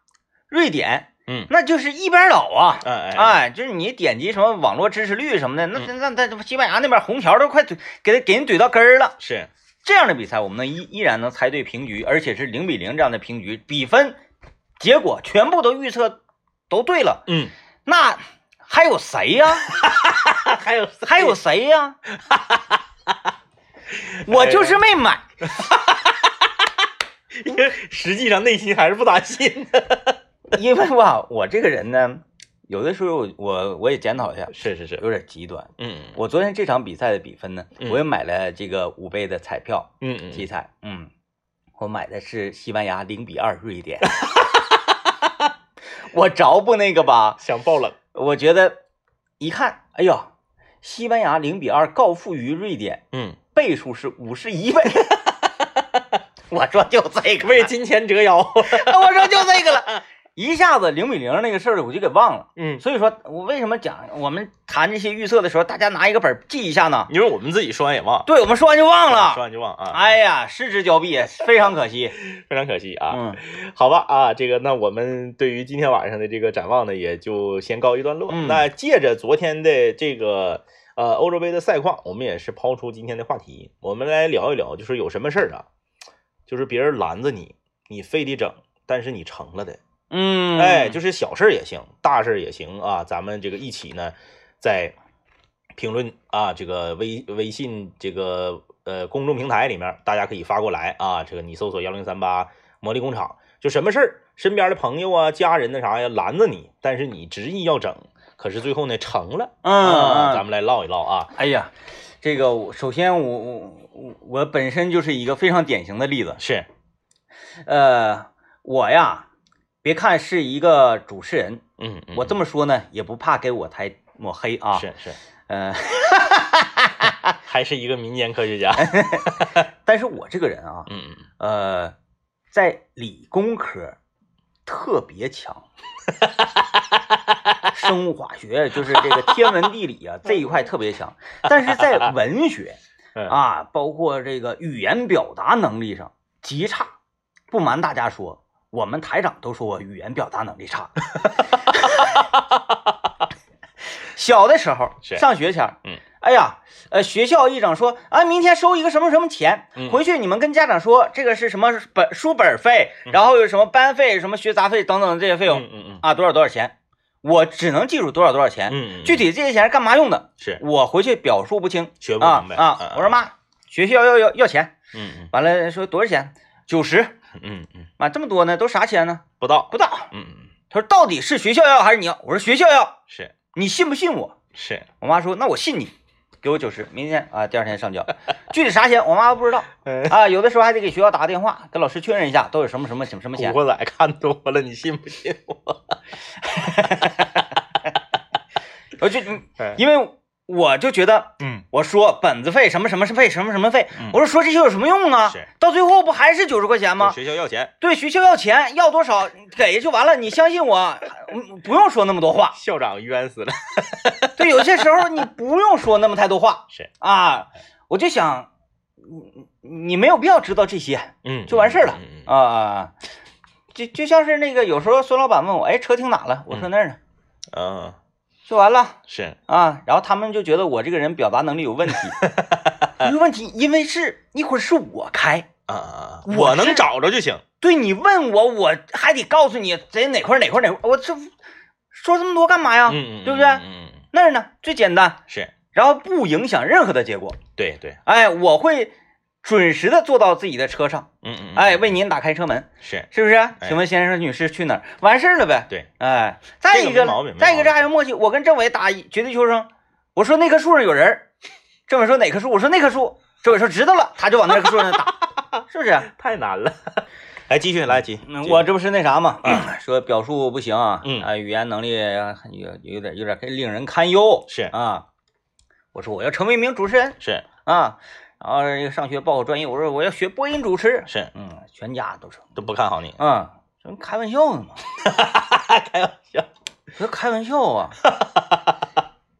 Speaker 1: 瑞典，
Speaker 2: 嗯
Speaker 1: 那就是一边倒啊。
Speaker 2: 哎嗯哎哎，
Speaker 1: 哎，就是你点击什么网络支持率什么的，那那那那西班牙那边红条都快怼给他给人怼到根儿了。
Speaker 2: 是
Speaker 1: 这样的比赛，我们能依依然能猜对平局，而且是零比零这样的平局，比分结果全部都预测都对了，
Speaker 2: 嗯，
Speaker 1: 那还有谁呀、
Speaker 2: 还有
Speaker 1: 还有谁 呀、我就是没买，
Speaker 2: 实际上内心还是不咋信的。
Speaker 1: 哎因为吧，我这个人呢，有的时候我我我也检讨一下，
Speaker 2: 是是是，
Speaker 1: 有点极端。
Speaker 2: 嗯
Speaker 1: 我昨天这场比赛的比分呢，
Speaker 2: 嗯
Speaker 1: 我也买了这个五倍的彩票
Speaker 2: 嗯
Speaker 1: 体
Speaker 2: 嗯，
Speaker 1: 彩，嗯，我买的是西班牙零比二瑞 典。我着不那个吧，
Speaker 2: 想爆冷。
Speaker 1: 我觉得一看，哎呀，西班牙零比二告负于瑞典，
Speaker 2: 嗯，
Speaker 1: 倍数是五十一倍。 我说就这个了，
Speaker 2: 为金钱折 腰。
Speaker 1: 我说就这个了， 一下子零比零那个事儿我就给忘了。
Speaker 2: 嗯，
Speaker 1: 所以说我为什么讲我们谈这些预测的时候，大家拿一个本儿记一下呢？
Speaker 2: 因为我们自己说完也忘，
Speaker 1: 对，我们说完就忘
Speaker 2: 说
Speaker 1: 了。
Speaker 2: 完就忘啊，
Speaker 1: 哎呀，失之交臂，非常可惜。
Speaker 2: 非常可惜啊。
Speaker 1: 嗯
Speaker 2: 好吧啊，这个那我们对于今天晚上的这个展望呢，也就先告一段落。
Speaker 1: 嗯
Speaker 2: 那借着昨天的这个呃欧洲杯的赛况，我们也是抛出今天的话题，我们来聊一聊，就是有什么事儿啊，就是别人拦着你，你非得整，但是你成了的，
Speaker 1: 嗯，
Speaker 2: 哎，就是小事儿也行，大事儿也行啊，咱们这个一起呢，在评论啊，这个微微信这个呃公众平台里面，大家可以发过来啊，这个你搜索幺零三八魔力工厂，就什么事儿，身边的朋友啊、家人那啥呀拦着你，但是你执意要整，可是最后呢成了，啊，
Speaker 1: 嗯，
Speaker 2: 咱们来唠一唠啊，
Speaker 1: 哎呀，这个我首先我我我我本身就是一个非常典型的例子。
Speaker 2: 是，
Speaker 1: 呃，我呀，别看是一个主持人，
Speaker 2: 嗯，嗯
Speaker 1: 我这么说呢，也不怕给我台抹黑啊。，
Speaker 2: 是是，
Speaker 1: 呃，
Speaker 2: 还是一个民间科学家，
Speaker 1: 但是我这个人啊，
Speaker 2: 嗯，嗯
Speaker 1: 呃，在理工科特别强，生物化学就是这个天文地 理啊这一块特别强，但是在文学
Speaker 2: 嗯
Speaker 1: 啊，包括这个语言表达能力上极差。不瞒大家说，我们台长都说我语言表达能力差。 小的时候，
Speaker 2: 是
Speaker 1: 上学前儿，
Speaker 2: 嗯
Speaker 1: 哎呀，呃，学校一整说啊，明天收一个什么什么钱，
Speaker 2: 嗯
Speaker 1: 回去你们跟家长说这个是什么本书本费，然后有什么班费、什么学杂费等等这些费用、
Speaker 2: 嗯嗯嗯
Speaker 1: 啊，多少多少钱，我只能记住多少多少钱，
Speaker 2: 嗯，
Speaker 1: 具
Speaker 2: 体
Speaker 1: 体这些钱是干嘛用的，
Speaker 2: 是
Speaker 1: 我回去表述不清
Speaker 2: 学不
Speaker 1: 啊
Speaker 2: 明白
Speaker 1: 啊，我说，妈，学校要要要钱，
Speaker 2: 嗯
Speaker 1: 完了说多少钱，九十，
Speaker 2: 嗯嗯嗯，
Speaker 1: 妈这么多呢，都啥钱呢？
Speaker 2: 不到，
Speaker 1: 不到，
Speaker 2: 嗯嗯，
Speaker 1: 他说到底是学校要还是你要？我说学校要，
Speaker 2: 是
Speaker 1: 你信不信我？
Speaker 2: 是，
Speaker 1: 我妈说那我信你，给我九十，明天啊第二天上交，具体啥钱我妈都不知道。
Speaker 2: 嗯，
Speaker 1: 啊，有的时候还得给学校打个电话，跟老师确认一下都有什么什么什么什么
Speaker 2: 古
Speaker 1: 钱。
Speaker 2: 惑仔看多了，你信不信我？
Speaker 1: 我就
Speaker 2: 哎
Speaker 1: 因为我就觉得，
Speaker 2: 嗯，
Speaker 1: 我说本子费什么什么费什么什么费，
Speaker 2: 嗯
Speaker 1: 我说说这些有什么用啊
Speaker 2: 是？
Speaker 1: 到最后不还是九十块钱吗？
Speaker 2: 学校要钱，
Speaker 1: 对，学校要钱，要多少给就完了。你相信我，嗯不用说那么多话。
Speaker 2: 校长冤死了。
Speaker 1: 对，有些时候你不用说那么太多话
Speaker 2: 是
Speaker 1: 啊。我就想，你你没有必要知道这些
Speaker 2: 嗯
Speaker 1: 就完事儿了
Speaker 2: 嗯嗯
Speaker 1: 啊。就就像是那个有时候孙老板问我，哎，车停哪了？我说那儿呢，
Speaker 2: 嗯，嗯
Speaker 1: 就完了。
Speaker 2: 是
Speaker 1: 啊，然后他们就觉得我这个人表达能力有问题，有问题，因为是一会儿是我开，
Speaker 2: 啊啊，啊
Speaker 1: 我
Speaker 2: 我
Speaker 1: 是
Speaker 2: 能找着就行。
Speaker 1: 对你问我，我还得告诉你在哪块儿哪块儿哪块儿，我这说这么多干嘛呀？
Speaker 2: 嗯嗯，
Speaker 1: 啊对不对
Speaker 2: 嗯嗯嗯
Speaker 1: 那儿呢最简单，
Speaker 2: 是
Speaker 1: 然后不影响任何的结果。
Speaker 2: 对对，
Speaker 1: 哎，我会准时的坐到自己的车上，
Speaker 2: 嗯嗯，嗯哎
Speaker 1: 哎，，为您打开车门，
Speaker 2: 是
Speaker 1: 是不是？请问先生女士去哪儿？完事儿了呗。
Speaker 2: 对，
Speaker 1: 哎，再一
Speaker 2: 这个
Speaker 1: 个
Speaker 2: 没毛病没毛病
Speaker 1: 再一个这还有默契，我跟政委打一绝地求生，我说那棵树上有人儿，政委说哪棵树？我说那棵树，政委说知道了，他就往那棵树上 打，是不是？
Speaker 2: 太难了。 来继续来继续，
Speaker 1: 嗯
Speaker 2: 继续
Speaker 1: 我这不是那啥嘛，说表述不行啊，
Speaker 2: 嗯
Speaker 1: 啊，语言能力有有点有点令人堪忧
Speaker 2: 是
Speaker 1: 啊。我说我要成为一名主持人
Speaker 2: 是
Speaker 1: 啊，然后这个上学报考专业，我说我要学播音主持，
Speaker 2: 是
Speaker 1: 嗯，全家都成，
Speaker 2: 都不看好你，
Speaker 1: 嗯，这不开玩笑 呢吗？
Speaker 2: 开玩笑。
Speaker 1: 不是开玩笑 啊！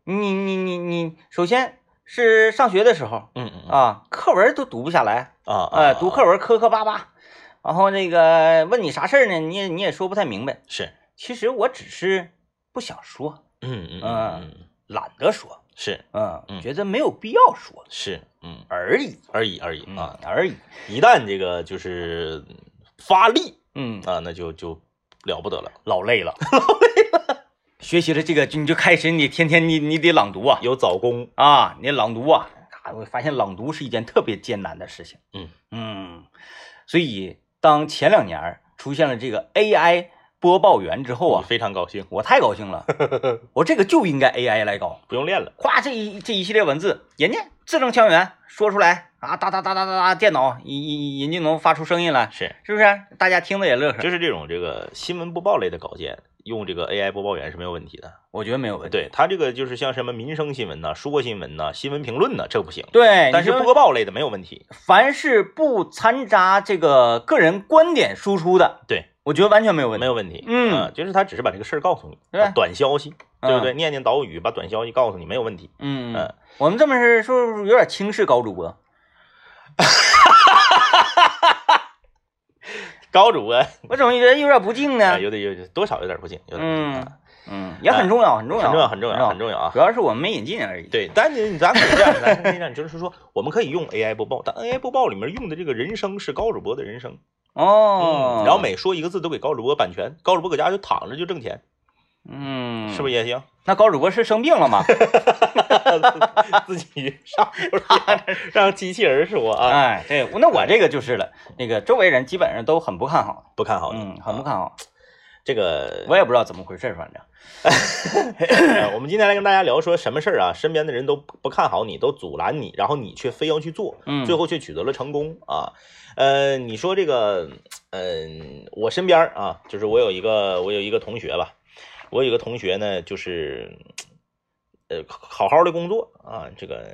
Speaker 1: 你你你你，首先是上学的时候
Speaker 2: 嗯嗯嗯
Speaker 1: 啊，课文都读不下来，
Speaker 2: 啊
Speaker 1: 呃，
Speaker 2: 啊，
Speaker 1: 读课文磕磕巴巴，然后那个问你啥事儿呢，你也你也说不太明白。
Speaker 2: 是
Speaker 1: 其实我只是不想说，
Speaker 2: 嗯嗯
Speaker 1: 嗯
Speaker 2: 嗯嗯嗯
Speaker 1: 懒得说，
Speaker 2: 是
Speaker 1: 嗯，
Speaker 2: 嗯
Speaker 1: 觉得没有必要说
Speaker 2: 是嗯
Speaker 1: 而已
Speaker 2: 而已而已啊
Speaker 1: 啊，而已，
Speaker 2: 一旦这个就是发力
Speaker 1: 嗯，
Speaker 2: 啊，那就就了不得了，
Speaker 1: 老累了，老累了。学习了这个，就你就开始你天天你你得朗读啊，
Speaker 2: 有早功，
Speaker 1: 啊，你朗读啊，啊我发现朗读是一件特别艰难的事情。
Speaker 2: 嗯
Speaker 1: 嗯，所以当前两年儿出现了这个 AI 播报员之后
Speaker 2: 我
Speaker 1: 啊，
Speaker 2: 非常高兴，
Speaker 1: 我太高兴 了，我这个就应该 AI 来搞。
Speaker 2: 不用练了。
Speaker 1: 夸这一这一系列文字，人家字正腔圆说出来啊，哒哒哒哒哒哒，电脑一一人就能发出声音来，
Speaker 2: 是，
Speaker 1: 是不是？大家听着也乐呵，
Speaker 2: 就是这种这个新闻播报类的稿件，用这个 AI 播报员是没有问题的。
Speaker 1: 我觉得没有问题。
Speaker 2: 对它这个就是像什么民生新闻呐、说新闻呐、新闻评论呐、这不行。
Speaker 1: 对，
Speaker 2: 但是
Speaker 1: 哎你说
Speaker 2: 播报类的没有问题。
Speaker 1: 凡是不掺杂这个个人观点输出的，
Speaker 2: 对，
Speaker 1: 我觉得完全没有问
Speaker 2: 没
Speaker 1: 题。
Speaker 2: 有问题。
Speaker 1: 嗯
Speaker 2: 啊就是他只是把这个事儿告诉你，
Speaker 1: 对
Speaker 2: 短消息，对不对？念念导语，把短消息告诉你，没有问题。
Speaker 1: 嗯，
Speaker 2: 嗯
Speaker 1: 我们这么是是不是有点轻视高主 播？
Speaker 2: 高主播、
Speaker 1: 我怎么觉得有点不敬呢
Speaker 2: 哎？有点有点多少有点不行，有点不敬
Speaker 1: 嗯
Speaker 2: 啊
Speaker 1: 嗯，也很重要，很重要，
Speaker 2: 很重要，很重要，很
Speaker 1: 要。
Speaker 2: 重要啊
Speaker 1: 主！要是我们没引进而已。
Speaker 2: 对，但你咱可以这样，咱可以这样，就是说，我们可以用 AI 播报，但 AI 播报里面用的这个人声是高主播的人声，
Speaker 1: 哦，
Speaker 2: 嗯然后每说一个字都给高主播版权，高主播搁家就躺着就挣钱，
Speaker 1: 嗯，
Speaker 2: 是不是
Speaker 1: 是？
Speaker 2: 也行？
Speaker 1: 那高主播是生病了吗？
Speaker 2: 自己上不 了，让机器人说啊，
Speaker 1: 哎，对，那我这个就是了，那个周围人基本上都很不看好，
Speaker 2: 不看哦好你，
Speaker 1: 嗯，很不看好，
Speaker 2: 这个
Speaker 1: 我也不知道怎么回事，反正，
Speaker 2: 呃，我们今天来跟大家聊说什么事儿啊？身边的人都不不看好你，都阻拦你，然后你却非要去做，
Speaker 1: 嗯，
Speaker 2: 最后却取得了成功啊。呃，你说这个，嗯、我身边儿啊，就是我有一个我有一个同学吧，我有一个同学呢，就是呃，好好的工作啊，这个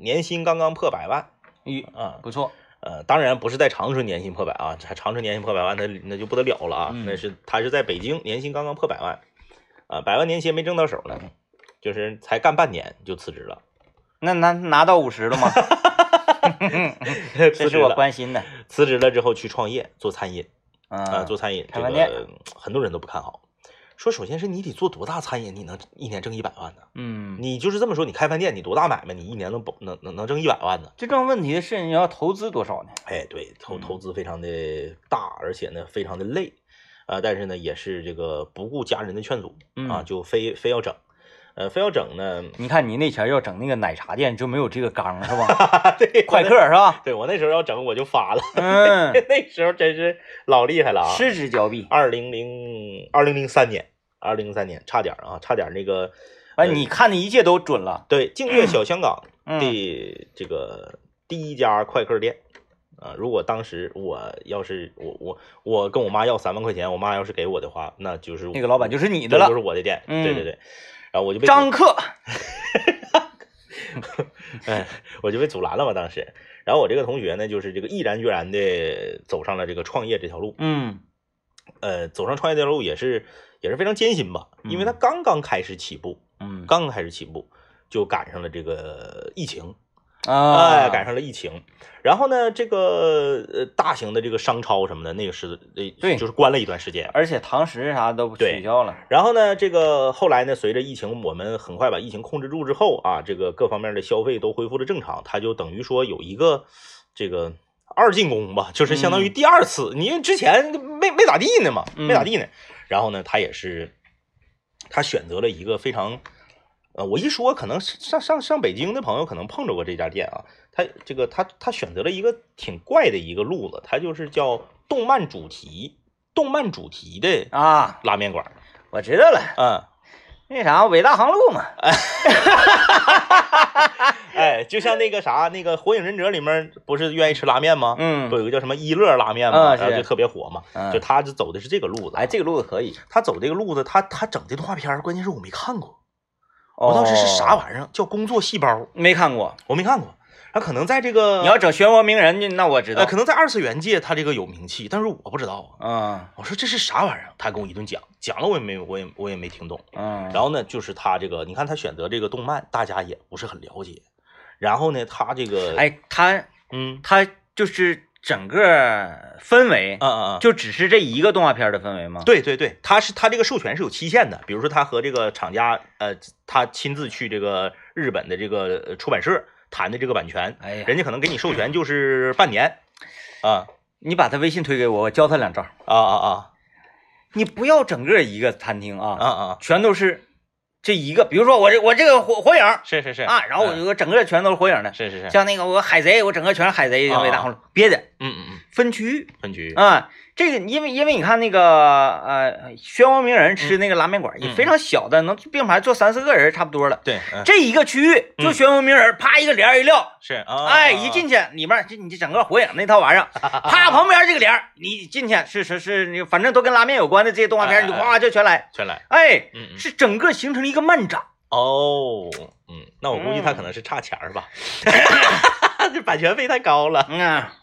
Speaker 2: 年薪刚刚破百万
Speaker 1: 咦，
Speaker 2: 啊，
Speaker 1: 不错，
Speaker 2: 呃，当然不是在长春年薪破百啊，这长春年薪破百万那那就不得了了啊，
Speaker 1: 嗯
Speaker 2: 那是他是在北京年薪刚刚破百万，啊，百万年薪没挣到手呢，就是才干半年就辞职 了，
Speaker 1: 那拿拿到五十了 吗？这
Speaker 2: 这
Speaker 1: 是我关心的，
Speaker 2: 辞职了之后去创业做餐饮啊、
Speaker 1: 嗯，
Speaker 2: 做餐饮，
Speaker 1: 开
Speaker 2: 这
Speaker 1: 饭店
Speaker 2: 个很多人都不看好，说首先是你得做多大餐饮，你能一年挣一百万呢？
Speaker 1: 嗯，
Speaker 2: 你就是这么说，你开饭店，你多大买卖，你一年能保能能能挣一百万呢？
Speaker 1: 最重要问题是你要投资多少呢？
Speaker 2: 哎，对，投
Speaker 1: 嗯
Speaker 2: 投资非常的大，而且呢非常的累，啊，但是呢也是这个不顾家人的劝阻啊，
Speaker 1: 嗯
Speaker 2: 就非非要整，呃，非要 整呢，
Speaker 1: 你看你那前儿要整那个奶茶店就没有这个缸是 吧？
Speaker 2: 对，
Speaker 1: 快客
Speaker 2: 我
Speaker 1: 是吧
Speaker 2: 那，？对我那时候要整我就发了，
Speaker 1: 嗯，
Speaker 2: 那时候真是老厉害了啊，
Speaker 1: 失之交臂。
Speaker 2: 二零零二零零三年，二零零三年差点儿啊，差点儿那个
Speaker 1: 完，你看的一切都准了。
Speaker 2: 对净月小香港
Speaker 1: 嗯，
Speaker 2: 的这个第一家快客店。啊，如果当时我要是我我我跟我妈要三万块钱，我妈要是给我的话，那就是
Speaker 1: 那个老板就是你
Speaker 2: 你
Speaker 1: 的
Speaker 2: 都
Speaker 1: 了，
Speaker 2: 是我的店，
Speaker 1: 嗯
Speaker 2: 对对对，然后我就被
Speaker 1: 张克。
Speaker 2: 哎， 我就被阻拦了嘛当时，然后我这个同学呢，就是这个毅然决然的走上了这个创业这条路，
Speaker 1: 嗯
Speaker 2: 呃，走上创业这条路也是也是非常艰辛吧，因为他
Speaker 1: 嗯
Speaker 2: 刚刚开始起步，
Speaker 1: 嗯
Speaker 2: 刚刚开始起步就赶上了这个疫情，
Speaker 1: 啊，
Speaker 2: 哎，赶上了疫情，然后呢，这个呃大型的这个商超什么的，那个是呃
Speaker 1: 对
Speaker 2: 就是关了一段时间，
Speaker 1: 而且堂食啥都取消了。
Speaker 2: 然后呢，这个后来呢，随着疫情，我们很快把疫情控制住之后啊，这个各方面的消费都恢复了正常，它就等于说有一个这个二进宫吧，就是相当于第二次，你之前没没咋地呢嘛，
Speaker 1: 嗯
Speaker 2: 没咋地呢。然后呢，他也是他选择了一个非常。呃，我一说，可能上上上北京的朋友可能碰着过这家店啊。他这个他他选择了一个挺怪的一个路子，他就是叫动漫主题、动漫主题的
Speaker 1: 啊，
Speaker 2: 拉面馆儿。
Speaker 1: 我知道了，啊
Speaker 2: 嗯，
Speaker 1: 那啥伟大航路嘛，
Speaker 2: 哎，就像那个啥，那个《火影忍者》里面不是愿意吃拉面吗？
Speaker 1: 嗯
Speaker 2: 不，有一个叫什么一乐拉面吗？
Speaker 1: 啊
Speaker 2: 然后
Speaker 1: 是
Speaker 2: 就特别火嘛。
Speaker 1: 嗯
Speaker 2: 就他就走的是这个路子，
Speaker 1: 哎，这个路子可以。
Speaker 2: 他走这个路子，他他整这动画片儿，关键是我没看过，我当时是啥
Speaker 1: 意
Speaker 2: 玩意儿？叫《工作细胞》，
Speaker 1: 哦没看过。
Speaker 2: 我没看过。他可能在这个
Speaker 1: 你要整漩涡鸣人，那那我知道
Speaker 2: 呃，。可能在二次元界他这个有名气，但是我不知道啊。
Speaker 1: 嗯
Speaker 2: 我说这是啥玩意儿？他跟我一顿讲，讲了我也没有，我也我也没听懂。
Speaker 1: 嗯，
Speaker 2: 然后呢，就是他这个，你看他选择这个动漫，大家也不是很了解。然后呢，他这个，，
Speaker 1: 哎，他
Speaker 2: 嗯，
Speaker 1: 他就是整个氛围
Speaker 2: 嗯，嗯嗯，
Speaker 1: 就只是这一个动画片的氛围吗？
Speaker 2: 对对对，他是他这个授权是有期限的，比如说他和这个厂家，呃，他亲自去这个日本的这个呃出版社谈的这个版权，
Speaker 1: 哎呀，
Speaker 2: 人家可能给你授权就是半年，啊
Speaker 1: 你把他微信推给我，我教他两招。
Speaker 2: 啊啊
Speaker 1: 你不要整个一个餐厅
Speaker 2: 啊
Speaker 1: 啊，
Speaker 2: 啊啊，
Speaker 1: 全都是这一个，比如说我这我这个火火影啊，
Speaker 2: 是是是
Speaker 1: 然后我
Speaker 2: 嗯
Speaker 1: 我整个全都是火影的，
Speaker 2: 是是是，
Speaker 1: 像那个我海贼，我整个全是海贼
Speaker 2: 啊
Speaker 1: 为大红龙，别的
Speaker 2: 嗯嗯嗯，
Speaker 1: 分区域
Speaker 2: 分区，
Speaker 1: 啊，这个因为因为你看那个呃漩涡鸣人吃那个拉面馆也
Speaker 2: 嗯
Speaker 1: 非常小的，能并排坐三四个人差不多了。
Speaker 2: 对，嗯
Speaker 1: 这一个区域就漩涡鸣人，啪一个帘儿一撂，
Speaker 2: 是啊，
Speaker 1: 哎，一进去里面这你这整个火影那套玩意 儿，啪旁边这个帘儿，你进去是是是，你反正都跟拉面有关的这些动画片，你就哗就全来，
Speaker 2: 全来，
Speaker 1: 哎，
Speaker 2: 嗯嗯，
Speaker 1: 是整个形成了一个漫展。
Speaker 2: 哦，嗯，那我估计他可能是差钱儿吧， 这版权费太高了。
Speaker 1: 嗯啊，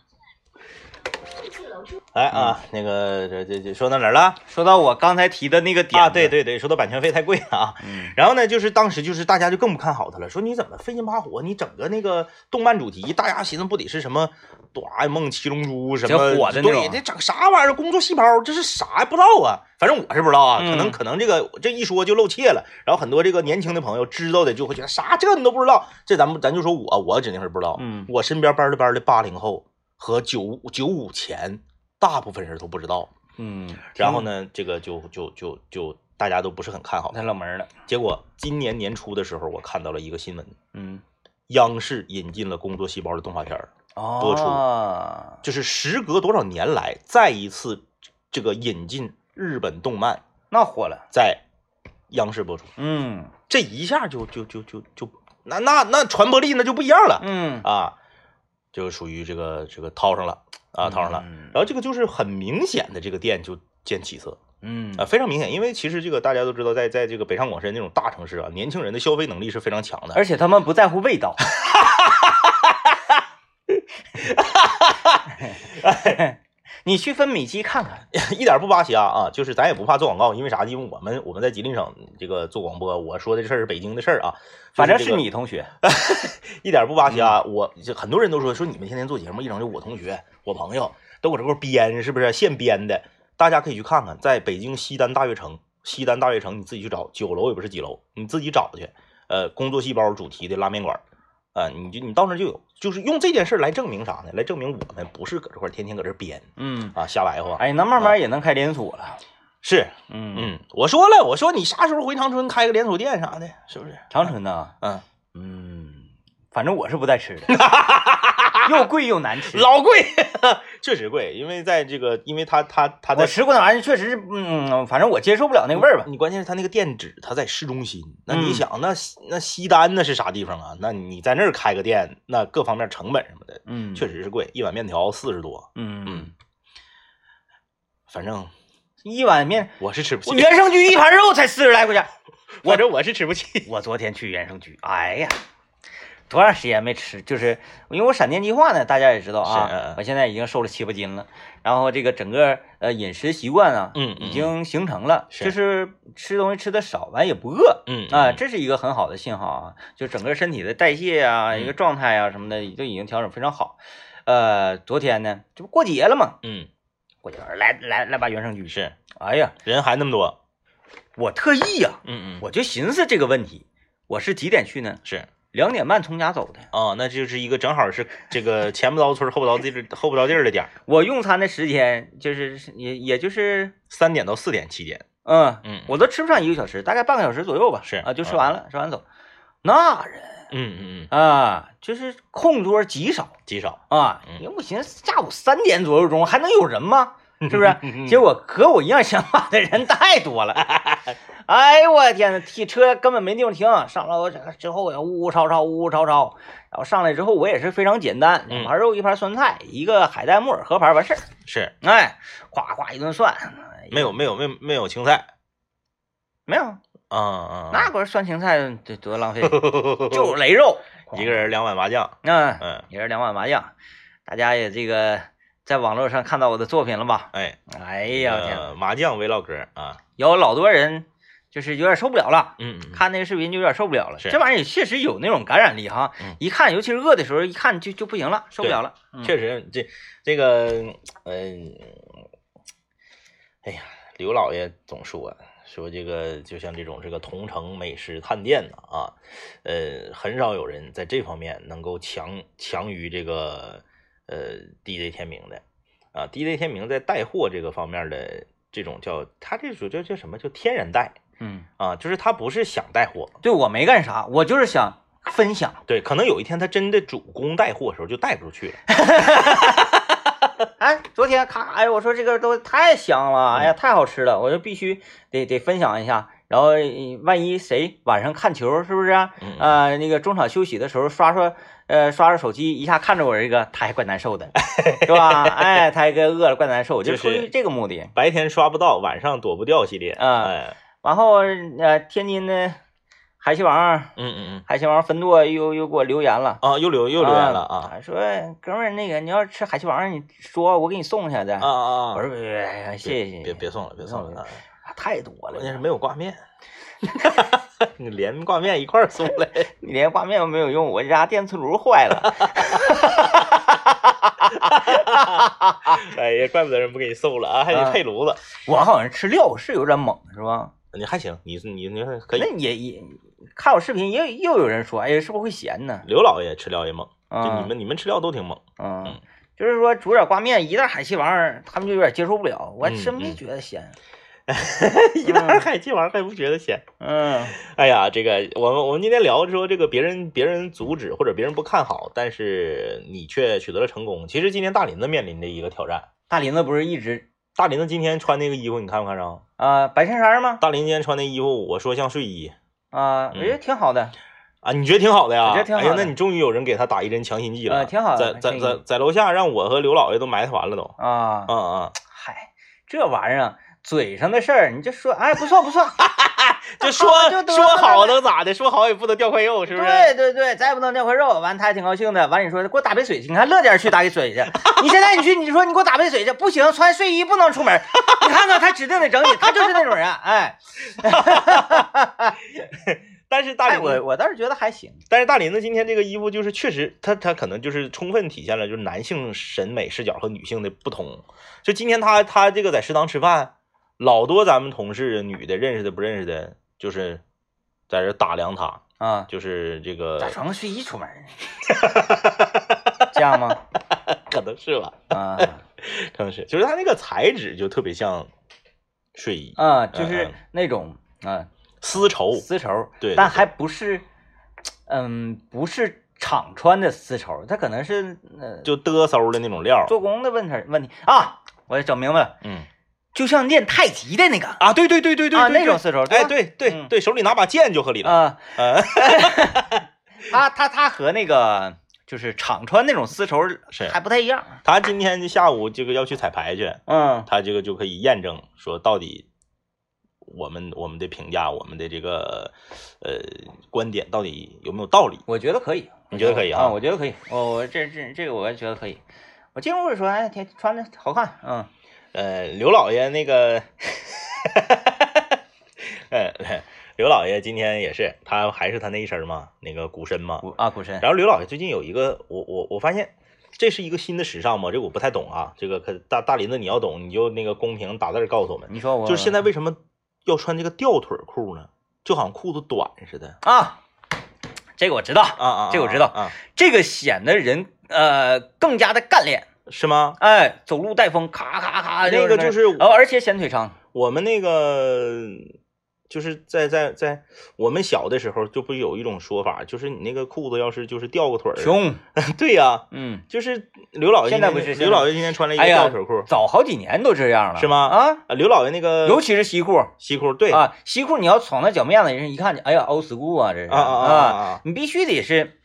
Speaker 2: 哎啊，那个这这这说到哪儿了？
Speaker 1: 说到我刚才提的那个点
Speaker 2: 啊，对
Speaker 1: 对，
Speaker 2: 对对，说到版权费太贵了啊。
Speaker 1: 嗯
Speaker 2: 然后呢，就是当时就是大家就更不看好他了，说你怎么费劲巴火，你整个那个动漫主题，大家寻思不得是什么哆啦 A 梦、七龙珠什么
Speaker 1: 这火的那种啊
Speaker 2: 对，这整啥玩意儿？工作细胞这是啥呀？不知道啊，反正我是不知道啊，可能
Speaker 1: 嗯
Speaker 2: 可能这个这一说就露怯了，然后很多这个年轻的朋友知道的就会觉得啥这你都不知道，这咱们咱就说我我指定是不知道，
Speaker 1: 嗯
Speaker 2: 我身边班儿的班儿的八零后和九五九五前。大部分人都不知道。
Speaker 1: 嗯，
Speaker 2: 然后呢，这个就就就就大家都不是很看好
Speaker 1: 挺，太冷门了，
Speaker 2: 结果今年年初的时候，我看到了一个新闻，
Speaker 1: 嗯，
Speaker 2: 央视引进了《工作细胞》的动画片儿，
Speaker 1: 哦，
Speaker 2: 播出就是时隔多少年来再一次这个引进日本动漫
Speaker 1: 那火了，
Speaker 2: 在央视播出，
Speaker 1: 嗯
Speaker 2: 这一下就就就就就那那那传播力那就不一样了
Speaker 1: 嗯，
Speaker 2: 啊，就属于这个这个套上了啊套上了，
Speaker 1: 嗯
Speaker 2: 然后这个就是很明显的这个店就见起色，
Speaker 1: 嗯
Speaker 2: 啊、非常明显，因为其实这个大家都知道在，在这个北上广深那种大城市啊，年轻人的消费能力是非常强的。
Speaker 1: 而且他们不在乎味 道，哎你去分米奇看看，
Speaker 2: 一点不扒瞎啊，就是咱也不怕做广告，因为啥？因为我们我们在吉林省这个做广播，我说的这事儿是北京的事儿啊，
Speaker 1: 反正
Speaker 2: 就是这个
Speaker 1: 你嗯同学，
Speaker 2: 一点不扒瞎。我就很多人都说说你们天天做节目，一整就我同学、我朋友都搁这块儿编，是不是现编的？大家可以去看看，在北京西单大悦城，西单大悦城你自己去找，九楼也不是几楼，你自己找去。呃，工作细胞主题的拉面馆，呃，你就你到那儿就有，就是用这件事儿来证明啥呢？来证明我们不是搁这块儿天天搁这儿编
Speaker 1: 嗯，
Speaker 2: 啊瞎白话。
Speaker 1: 哎，那慢慢也能开连锁了，
Speaker 2: 是，
Speaker 1: 嗯，
Speaker 2: 嗯，我说了，我说你啥时候回长春开个连锁店啥的，是不是？
Speaker 1: 长春呢，
Speaker 2: 嗯，
Speaker 1: 嗯，反正我是不带 吃的，又贵又难吃，
Speaker 2: 老贵， 确实贵，因为在这个，因为他他他在
Speaker 1: 我吃过那玩意儿，确实是，嗯，反正我接受不了那个味儿吧。
Speaker 2: 你关键是他那个店址，他在市中心。那
Speaker 1: 嗯
Speaker 2: 你想，那西那西单那是啥地方啊？那你在那儿开个店，那各方面成本什么的，
Speaker 1: 嗯，
Speaker 2: 确，实是贵，一碗面条四十多。
Speaker 1: 嗯，
Speaker 2: 反正
Speaker 1: 一碗面，
Speaker 2: 我是吃不
Speaker 1: 我
Speaker 2: 起，
Speaker 1: 原生居一盘肉才四十来块钱。
Speaker 2: 反正我是吃不起。
Speaker 1: 我昨天去原生居，哎呀，多长时间没吃？就是因为我闪电计划呢，大家也知道
Speaker 2: 是嗯嗯
Speaker 1: 啊，我现在已经瘦了七八斤了，然后这个整个呃饮食习惯啊，
Speaker 2: 嗯
Speaker 1: 已经形成了，
Speaker 2: 是
Speaker 1: 就是吃东西吃的少，完也不饿。
Speaker 2: 嗯
Speaker 1: 啊，这是一个很好的信号啊，就整个身体的代谢啊，
Speaker 2: 嗯
Speaker 1: 一个状态啊什么的，都已经调整非常好。呃，昨天呢，这不过节了嘛，
Speaker 2: 嗯，
Speaker 1: 过节了来来来把原生居，
Speaker 2: 是
Speaker 1: 哎呀，
Speaker 2: 人还那么多。
Speaker 1: 我特意呀、
Speaker 2: 嗯我
Speaker 1: 我就寻思这个问题，我是几点去呢？
Speaker 2: 是
Speaker 1: 两点半从家走的。
Speaker 2: 啊、那就是一个正好是这个前不着村后不着地儿后不着地儿的点儿，
Speaker 1: 我用餐的时间就是也也就是
Speaker 2: 三点到四点期间。
Speaker 1: 嗯，
Speaker 2: 嗯
Speaker 1: 我都吃不上一个小时，大概半个小时左右吧。
Speaker 2: 是
Speaker 1: 啊，就吃完了，吃完走。那人
Speaker 2: 嗯嗯嗯，
Speaker 1: 啊，就是空桌极少
Speaker 2: 极 少，
Speaker 1: 啊，
Speaker 2: 嗯
Speaker 1: 因为我寻思下午三点左右钟还能有人吗？是不 是？结
Speaker 2: 果
Speaker 1: 果和我一样想法的人太多 了，哎呦我天呐，停车根本没地方停，上楼之后呀，呜呜吵吵，呜呜吵吵，然后上来之后我也是非常简单，
Speaker 2: 嗯
Speaker 1: 两盘肉，一盘酸菜，一个海带木耳合盘完事儿，
Speaker 2: 是
Speaker 1: 哎，夸夸一顿涮，
Speaker 2: 没有没有没有没有青菜。
Speaker 1: 没有，
Speaker 2: 啊啊，
Speaker 1: 那会儿涮芹菜得多浪费，
Speaker 2: 那
Speaker 1: 就是雷肉，
Speaker 2: 一个人两碗麻酱。
Speaker 1: 嗯，
Speaker 2: 嗯，
Speaker 1: 一人两碗麻酱，大家也这个在网络上看到我的作品了吧？
Speaker 2: 哎，
Speaker 1: 哎
Speaker 2: 哎
Speaker 1: 呀我天呐，
Speaker 2: 麻酱 vlog 啊，
Speaker 1: 有老多人就是有点受不了了。
Speaker 2: 嗯，
Speaker 1: 看那个视频就有点受不了了。
Speaker 2: 是
Speaker 1: 这玩意儿也确实有那种感染力哈，
Speaker 2: 嗯
Speaker 1: 一看尤其是饿的时候，一看就就不行了，受不了了。嗯
Speaker 2: 确实这这个，嗯，哎呀，刘老爷总说啊说这个，就像这种这个同城美食探店呐啊，呃，很少有人在这方面能够强强于这个呃 DJ 天明的啊，DJ 天明在带货这个方面的这种叫他这属于叫叫什么叫天然带
Speaker 1: 嗯，
Speaker 2: 啊，就是他不是想带货，
Speaker 1: 对我没干啥，我就是想分享。
Speaker 2: 对，可能有一天他真的主攻带货的时候就带不出去了。
Speaker 1: 哎，昨天咔，哎，我说这个都太香了，
Speaker 2: 嗯
Speaker 1: 哎呀，太好吃了，我就必须得得分享一下。然后呃万一谁晚上看球，是不是、啊？
Speaker 2: 嗯
Speaker 1: 呃，那个中场休息的时候刷刷，呃，刷刷手机，一下看着我这个，他还怪难 受的，是吧？哎，他还怪饿了，怪难受，我就
Speaker 2: 就是
Speaker 1: 出于这个目的。
Speaker 2: 白天刷不到，晚上躲不掉系列。
Speaker 1: 啊
Speaker 2: 哎
Speaker 1: 然后呃，天津的海西王，
Speaker 2: 嗯嗯嗯，
Speaker 1: 海鲜王分舵又又给我留言了，
Speaker 2: 啊，又留又留言了啊，
Speaker 1: 说哥们儿那个你要吃海鲜王，你说我给你送下去。
Speaker 2: 啊啊
Speaker 1: 我
Speaker 2: 啊！
Speaker 1: 说别别别，谢谢
Speaker 2: 别别送了，别送了，啊
Speaker 1: 太多
Speaker 2: 关键是
Speaker 1: 了，
Speaker 2: 没有挂面， 你连挂面一块儿送来，
Speaker 1: 你连挂面都没有用，我家电磁炉坏了。
Speaker 2: 哎呀，怪不得人不给你送了啊，还得配炉子。
Speaker 1: 我好像吃料是有点猛，是吧？
Speaker 2: 你还行，你你你可以
Speaker 1: 那。也也看我视频也有又有人说，哎呀，是不是会咸呢？
Speaker 2: 刘老爷吃料也猛，就
Speaker 1: 啊，
Speaker 2: 你们你们吃料都挺猛，
Speaker 1: 嗯
Speaker 2: 嗯，
Speaker 1: 就是说煮点挂面，一袋海气王，他们就有点接受不了。我
Speaker 2: 嗯
Speaker 1: 真没
Speaker 2: 嗯
Speaker 1: 觉得咸。
Speaker 2: 一袋儿海鸡丸还不觉得咸？
Speaker 1: 嗯
Speaker 2: 嗯哎呀，这个我们我们今天聊说这个别人别人阻止或者别人不看好，但是你却取得了成功。其实今天大林子面临的一个挑战，
Speaker 1: 大林子不是一直
Speaker 2: 大林子今天穿那个衣服你看没看上？
Speaker 1: 啊、白衬衫吗？
Speaker 2: 大林今天穿那衣服，我说像睡衣
Speaker 1: 啊、
Speaker 2: 嗯
Speaker 1: 我觉得挺好的。
Speaker 2: 啊，你觉得挺好的呀？
Speaker 1: 我觉得挺好的
Speaker 2: 哎呀，那你终于有人给他打一针强心剂了，
Speaker 1: 呃挺好的
Speaker 2: 在在
Speaker 1: 这
Speaker 2: 在
Speaker 1: 个
Speaker 2: 在楼下让我和刘老爷都埋汰 完了都。
Speaker 1: 啊，
Speaker 2: 嗯嗯，
Speaker 1: 嗨，这玩意儿啊嘴上的事儿，你就说，哎，不错不错，
Speaker 2: 就说
Speaker 1: 就得了
Speaker 2: 说好能咋的？说好也不能掉块肉，是不是？
Speaker 1: 对对对，咱也不能这块肉。完，他还挺高兴的。完，你说给我打杯水去，你看乐点去打杯水去。你现在你去，你说你给我打杯水去，不行，穿睡衣不能出门。你看看他指定得整你，他就是那种人。 哎，
Speaker 2: 但是大
Speaker 1: 哎，
Speaker 2: 林子，
Speaker 1: 我我倒是觉得还行。
Speaker 2: 但是大林子今天这个衣服就是确实，他他可能就是充分体现了就是男性审美视角和女性的不同。就今天他他这个在食堂吃饭，老多咱们同事女的认识的不认识的，就是在这打量他，
Speaker 1: 啊，
Speaker 2: 就是这
Speaker 1: 咋
Speaker 2: 个
Speaker 1: 穿个睡衣出门？这样吗？
Speaker 2: 可能是吧，
Speaker 1: 啊
Speaker 2: 可能是，就是他那个材质就特别像睡衣，
Speaker 1: 啊，就是那种啊
Speaker 2: 丝绸，
Speaker 1: 丝绸，
Speaker 2: 嗯哦对对
Speaker 1: 但
Speaker 2: 对
Speaker 1: 还不是，嗯，不是厂穿的丝绸，它可能是呃
Speaker 2: 就嘚嗖的那种料儿，
Speaker 1: 做工的问题问题啊。我整明白了，
Speaker 2: 嗯
Speaker 1: 就像练太极的那个。
Speaker 2: 啊，对对对对对
Speaker 1: 啊
Speaker 2: 对
Speaker 1: 那种丝绸对
Speaker 2: 哎，
Speaker 1: 吧
Speaker 2: 对对
Speaker 1: 嗯
Speaker 2: 对，手里拿把剑就合理了，
Speaker 1: 啊，
Speaker 2: 嗯，
Speaker 1: 他他他和那个就是厂穿那种丝绸
Speaker 2: 是
Speaker 1: 还不太一样。
Speaker 2: 他今天下午这个要去彩排去，
Speaker 1: 嗯
Speaker 2: 他这个就可以验证说到底我们我们的评价，我们的这个呃观点到底有没有道理？
Speaker 1: 我觉得可以，
Speaker 2: 你觉得可以啊
Speaker 1: 啊？我觉得可以，我我这这这个我觉得可以。我进屋的时候，哎，挺穿的好看，嗯
Speaker 2: 呃，刘老爷那个， 呃，刘老爷今天也是，他还是他那一身嘛，那个鼓身嘛。
Speaker 1: 古啊古身，
Speaker 2: 然后刘老爷最近有一个，我我我发现这是一个新的时尚嘛，这个我不太懂啊，这个可大大林子你要懂，你就那个公屏打字告诉我们，
Speaker 1: 你说我
Speaker 2: 就是现在为什么要穿这个吊腿裤呢？就好像裤子短似的。
Speaker 1: 啊，这个我知道，
Speaker 2: 啊啊，
Speaker 1: 这个我知道
Speaker 2: 啊，
Speaker 1: 这个显得人呃更加的干练，
Speaker 2: 是吗？
Speaker 1: 哎，走路带风，咔咔咔，
Speaker 2: 那个就是
Speaker 1: 然后哦而且显腿长，
Speaker 2: 我们那个就是在在在我们小的时候，就不有一种说法，就是你那个裤子要是就是吊个腿儿，
Speaker 1: 穷，
Speaker 2: 对呀、
Speaker 1: 嗯，
Speaker 2: 就是刘老爷
Speaker 1: 现在
Speaker 2: 今天
Speaker 1: 不是
Speaker 2: 刘老爷今天穿了一个
Speaker 1: 哎呀
Speaker 2: 吊腿裤，
Speaker 1: 早好几年都这样了，
Speaker 2: 是吗
Speaker 1: 啊，
Speaker 2: 啊，刘老爷那个
Speaker 1: 尤其是西裤，
Speaker 2: 西裤，对，
Speaker 1: 啊，西裤你要闯到脚面子，人一看就，哎呀，old school 啊，这是
Speaker 2: 啊啊
Speaker 1: 啊
Speaker 2: 啊
Speaker 1: 你必须得是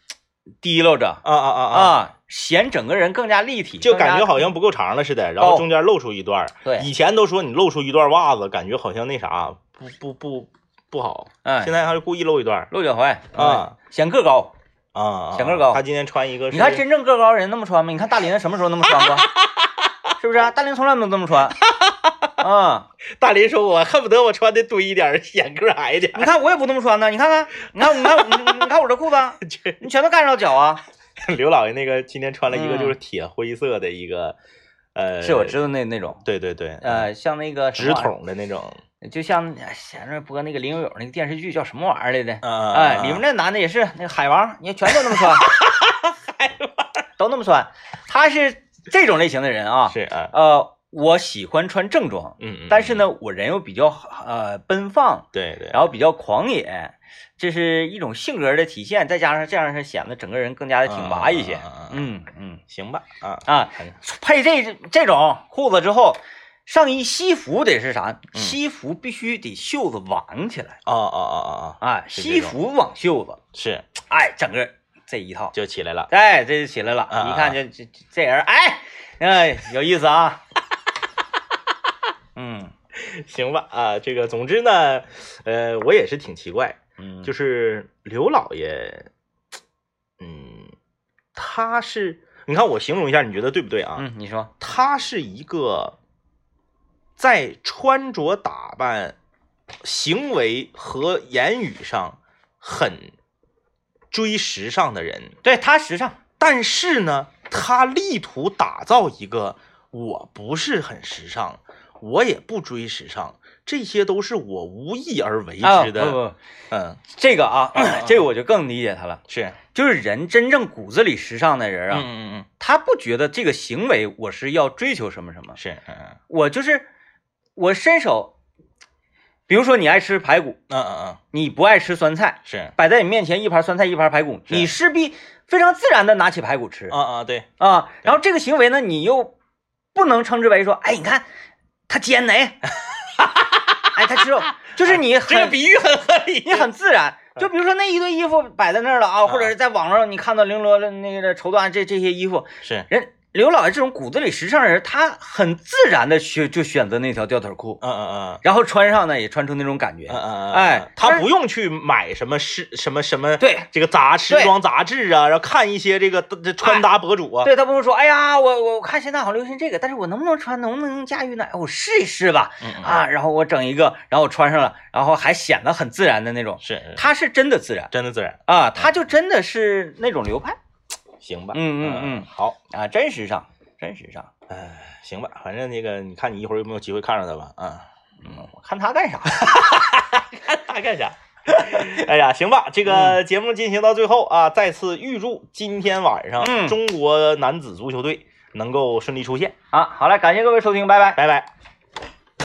Speaker 1: 提溜着
Speaker 2: 啊啊啊啊！
Speaker 1: 啊，显整个人更加立体，
Speaker 2: 就
Speaker 1: 更加
Speaker 2: 感觉好像不够长了似的，然后中间露出一段儿。
Speaker 1: 哦对，
Speaker 2: 以前都说你露出一段袜子，感觉好像那啥，不不不不好。
Speaker 1: 哎
Speaker 2: 现，在还是故意露一段儿
Speaker 1: 露脚踝
Speaker 2: 啊，
Speaker 1: 哎显个高。
Speaker 2: 啊啊。啊
Speaker 1: 显个高
Speaker 2: 他今天穿一个是，
Speaker 1: 你看真正个高人那么穿吗？你看大林什么时候那么穿过？ 是不是啊？大林从来没有这么穿啊！
Speaker 2: 大林说：“我恨不得我穿的堆一点儿，显个儿矮一点
Speaker 1: 你看我也不这么穿呢，你看看，你看，你看，你你看我这裤子啊，
Speaker 2: 儿。”这
Speaker 1: 你全都盖上脚啊！
Speaker 2: 刘老爷那个今天穿了一个
Speaker 1: 嗯
Speaker 2: 就是铁灰色的一个，呃，
Speaker 1: 是我知道那那种，
Speaker 2: 对对对，
Speaker 1: 呃，像那个什
Speaker 2: 直
Speaker 1: 么玩意儿，
Speaker 2: 筒的那种，
Speaker 1: 就像哎前面播那个林有有那个电视剧叫什么玩意儿来的？
Speaker 2: 啊
Speaker 1: 哎，里面那男的也是那个海王，你看全都那么 穿，海王都那么穿，他是这种类型的人啊。
Speaker 2: 是啊，
Speaker 1: 呃，我喜欢穿正装，
Speaker 2: 嗯嗯，
Speaker 1: 但是呢，我人又比较呃奔放，
Speaker 2: 对对，
Speaker 1: 然后比较狂野，这是一种性格的体现，再加上这样是显得整个人更加的挺拔一些
Speaker 2: 啊啊啊啊啊。
Speaker 1: 嗯嗯
Speaker 2: 行吧，啊，
Speaker 1: 啊，
Speaker 2: 还
Speaker 1: 配这这种裤子之后。上衣西服得是啥？
Speaker 2: 嗯
Speaker 1: 西服必须得袖子挽起来，
Speaker 2: 啊啊啊啊啊，
Speaker 1: 啊，
Speaker 2: 是这
Speaker 1: 西
Speaker 2: 种
Speaker 1: 服挽袖子，
Speaker 2: 是
Speaker 1: 哎，整个这一套，
Speaker 2: 就起来了，
Speaker 1: 哎，这就起来了，
Speaker 2: 啊
Speaker 1: 一看这这这这人，哎，哎，有意思 啊。嗯
Speaker 2: 行吧，啊，这个总之呢，呃，我也是挺奇怪，
Speaker 1: 嗯，
Speaker 2: 就是是刘老爷，嗯，他是，你看我形容一下，你觉得对不对啊？
Speaker 1: 嗯，你说
Speaker 2: 他是一个在穿着打扮、行为和言语上很追时尚的人，
Speaker 1: 对他时尚，
Speaker 2: 但是呢，他力图打造一个我不是很时尚，我也不追时尚，这些都是我无意而为
Speaker 1: 啊，
Speaker 2: 之
Speaker 1: 不
Speaker 2: 的。
Speaker 1: 不，
Speaker 2: 嗯，
Speaker 1: 这个啊
Speaker 2: 啊，
Speaker 1: 这个我就更理解他了。
Speaker 2: 是，
Speaker 1: 就是人真正骨子里时尚的人
Speaker 2: 嗯
Speaker 1: 啊，
Speaker 2: 嗯嗯，
Speaker 1: 他不觉得这个行为我是要追求什么什么
Speaker 2: 嗯，是，嗯嗯
Speaker 1: 我就是我伸手，比如说你爱吃排骨，
Speaker 2: 嗯嗯嗯，
Speaker 1: 你不爱吃酸菜，
Speaker 2: 是，啊
Speaker 1: 摆在你面前一盘酸菜一盘排骨，
Speaker 2: 是
Speaker 1: 你势必非常自然的拿起排骨吃
Speaker 2: 啊，对，
Speaker 1: 啊。然后这个行为呢，你又不能称之为说，哎，你看他煎的，哎，哎他吃肉，就是你
Speaker 2: 这个
Speaker 1: 很
Speaker 2: 比喻嗯很合理。
Speaker 1: 你很自然。就比如说那一堆衣服摆在那儿了啊，或
Speaker 2: 嗯
Speaker 1: 者是在网上你看到绫罗的那个绸缎这这些衣服，
Speaker 2: 是，
Speaker 1: 人刘老爷这种骨子里时尚的人，他很自然的选就选择那条吊腿裤，
Speaker 2: 嗯嗯
Speaker 1: 然后穿上呢也穿出那种感
Speaker 2: 嗯嗯
Speaker 1: 觉。
Speaker 2: 嗯，
Speaker 1: 哎
Speaker 2: 他
Speaker 1: 但
Speaker 2: 不用去买什么是什么什么，
Speaker 1: 对
Speaker 2: 这个杂时
Speaker 1: 对哎
Speaker 2: 装杂志啊，然后看一些这个这穿搭博主啊，
Speaker 1: 对他不会说，哎呀，我我我看现在好流行这个，但是我能不能穿，能不能驾驭呢？哎我试一试吧，
Speaker 2: 嗯嗯
Speaker 1: 啊，然后我整一个，然后我穿上了，然后还显得很自然的那种，
Speaker 2: 是是
Speaker 1: 他是真的自然
Speaker 2: 真的自然，
Speaker 1: 啊，他就真的是那种流派
Speaker 2: 行吧？
Speaker 1: 嗯嗯嗯
Speaker 2: 好。
Speaker 1: 啊，真时尚，真时尚。
Speaker 2: 哎，行吧，反正那个，你看你一会儿有没有机会看上他吧？ 啊，
Speaker 1: 嗯，我看他干啥？
Speaker 2: 他干啥？哎呀，行吧，
Speaker 1: 嗯
Speaker 2: 这个节目进行到最后啊，再次预祝今天晚上、
Speaker 1: 嗯
Speaker 2: 中国男子足球队能够顺利出线。
Speaker 1: 啊，好嘞，感谢各位收听，拜拜。
Speaker 2: 拜拜。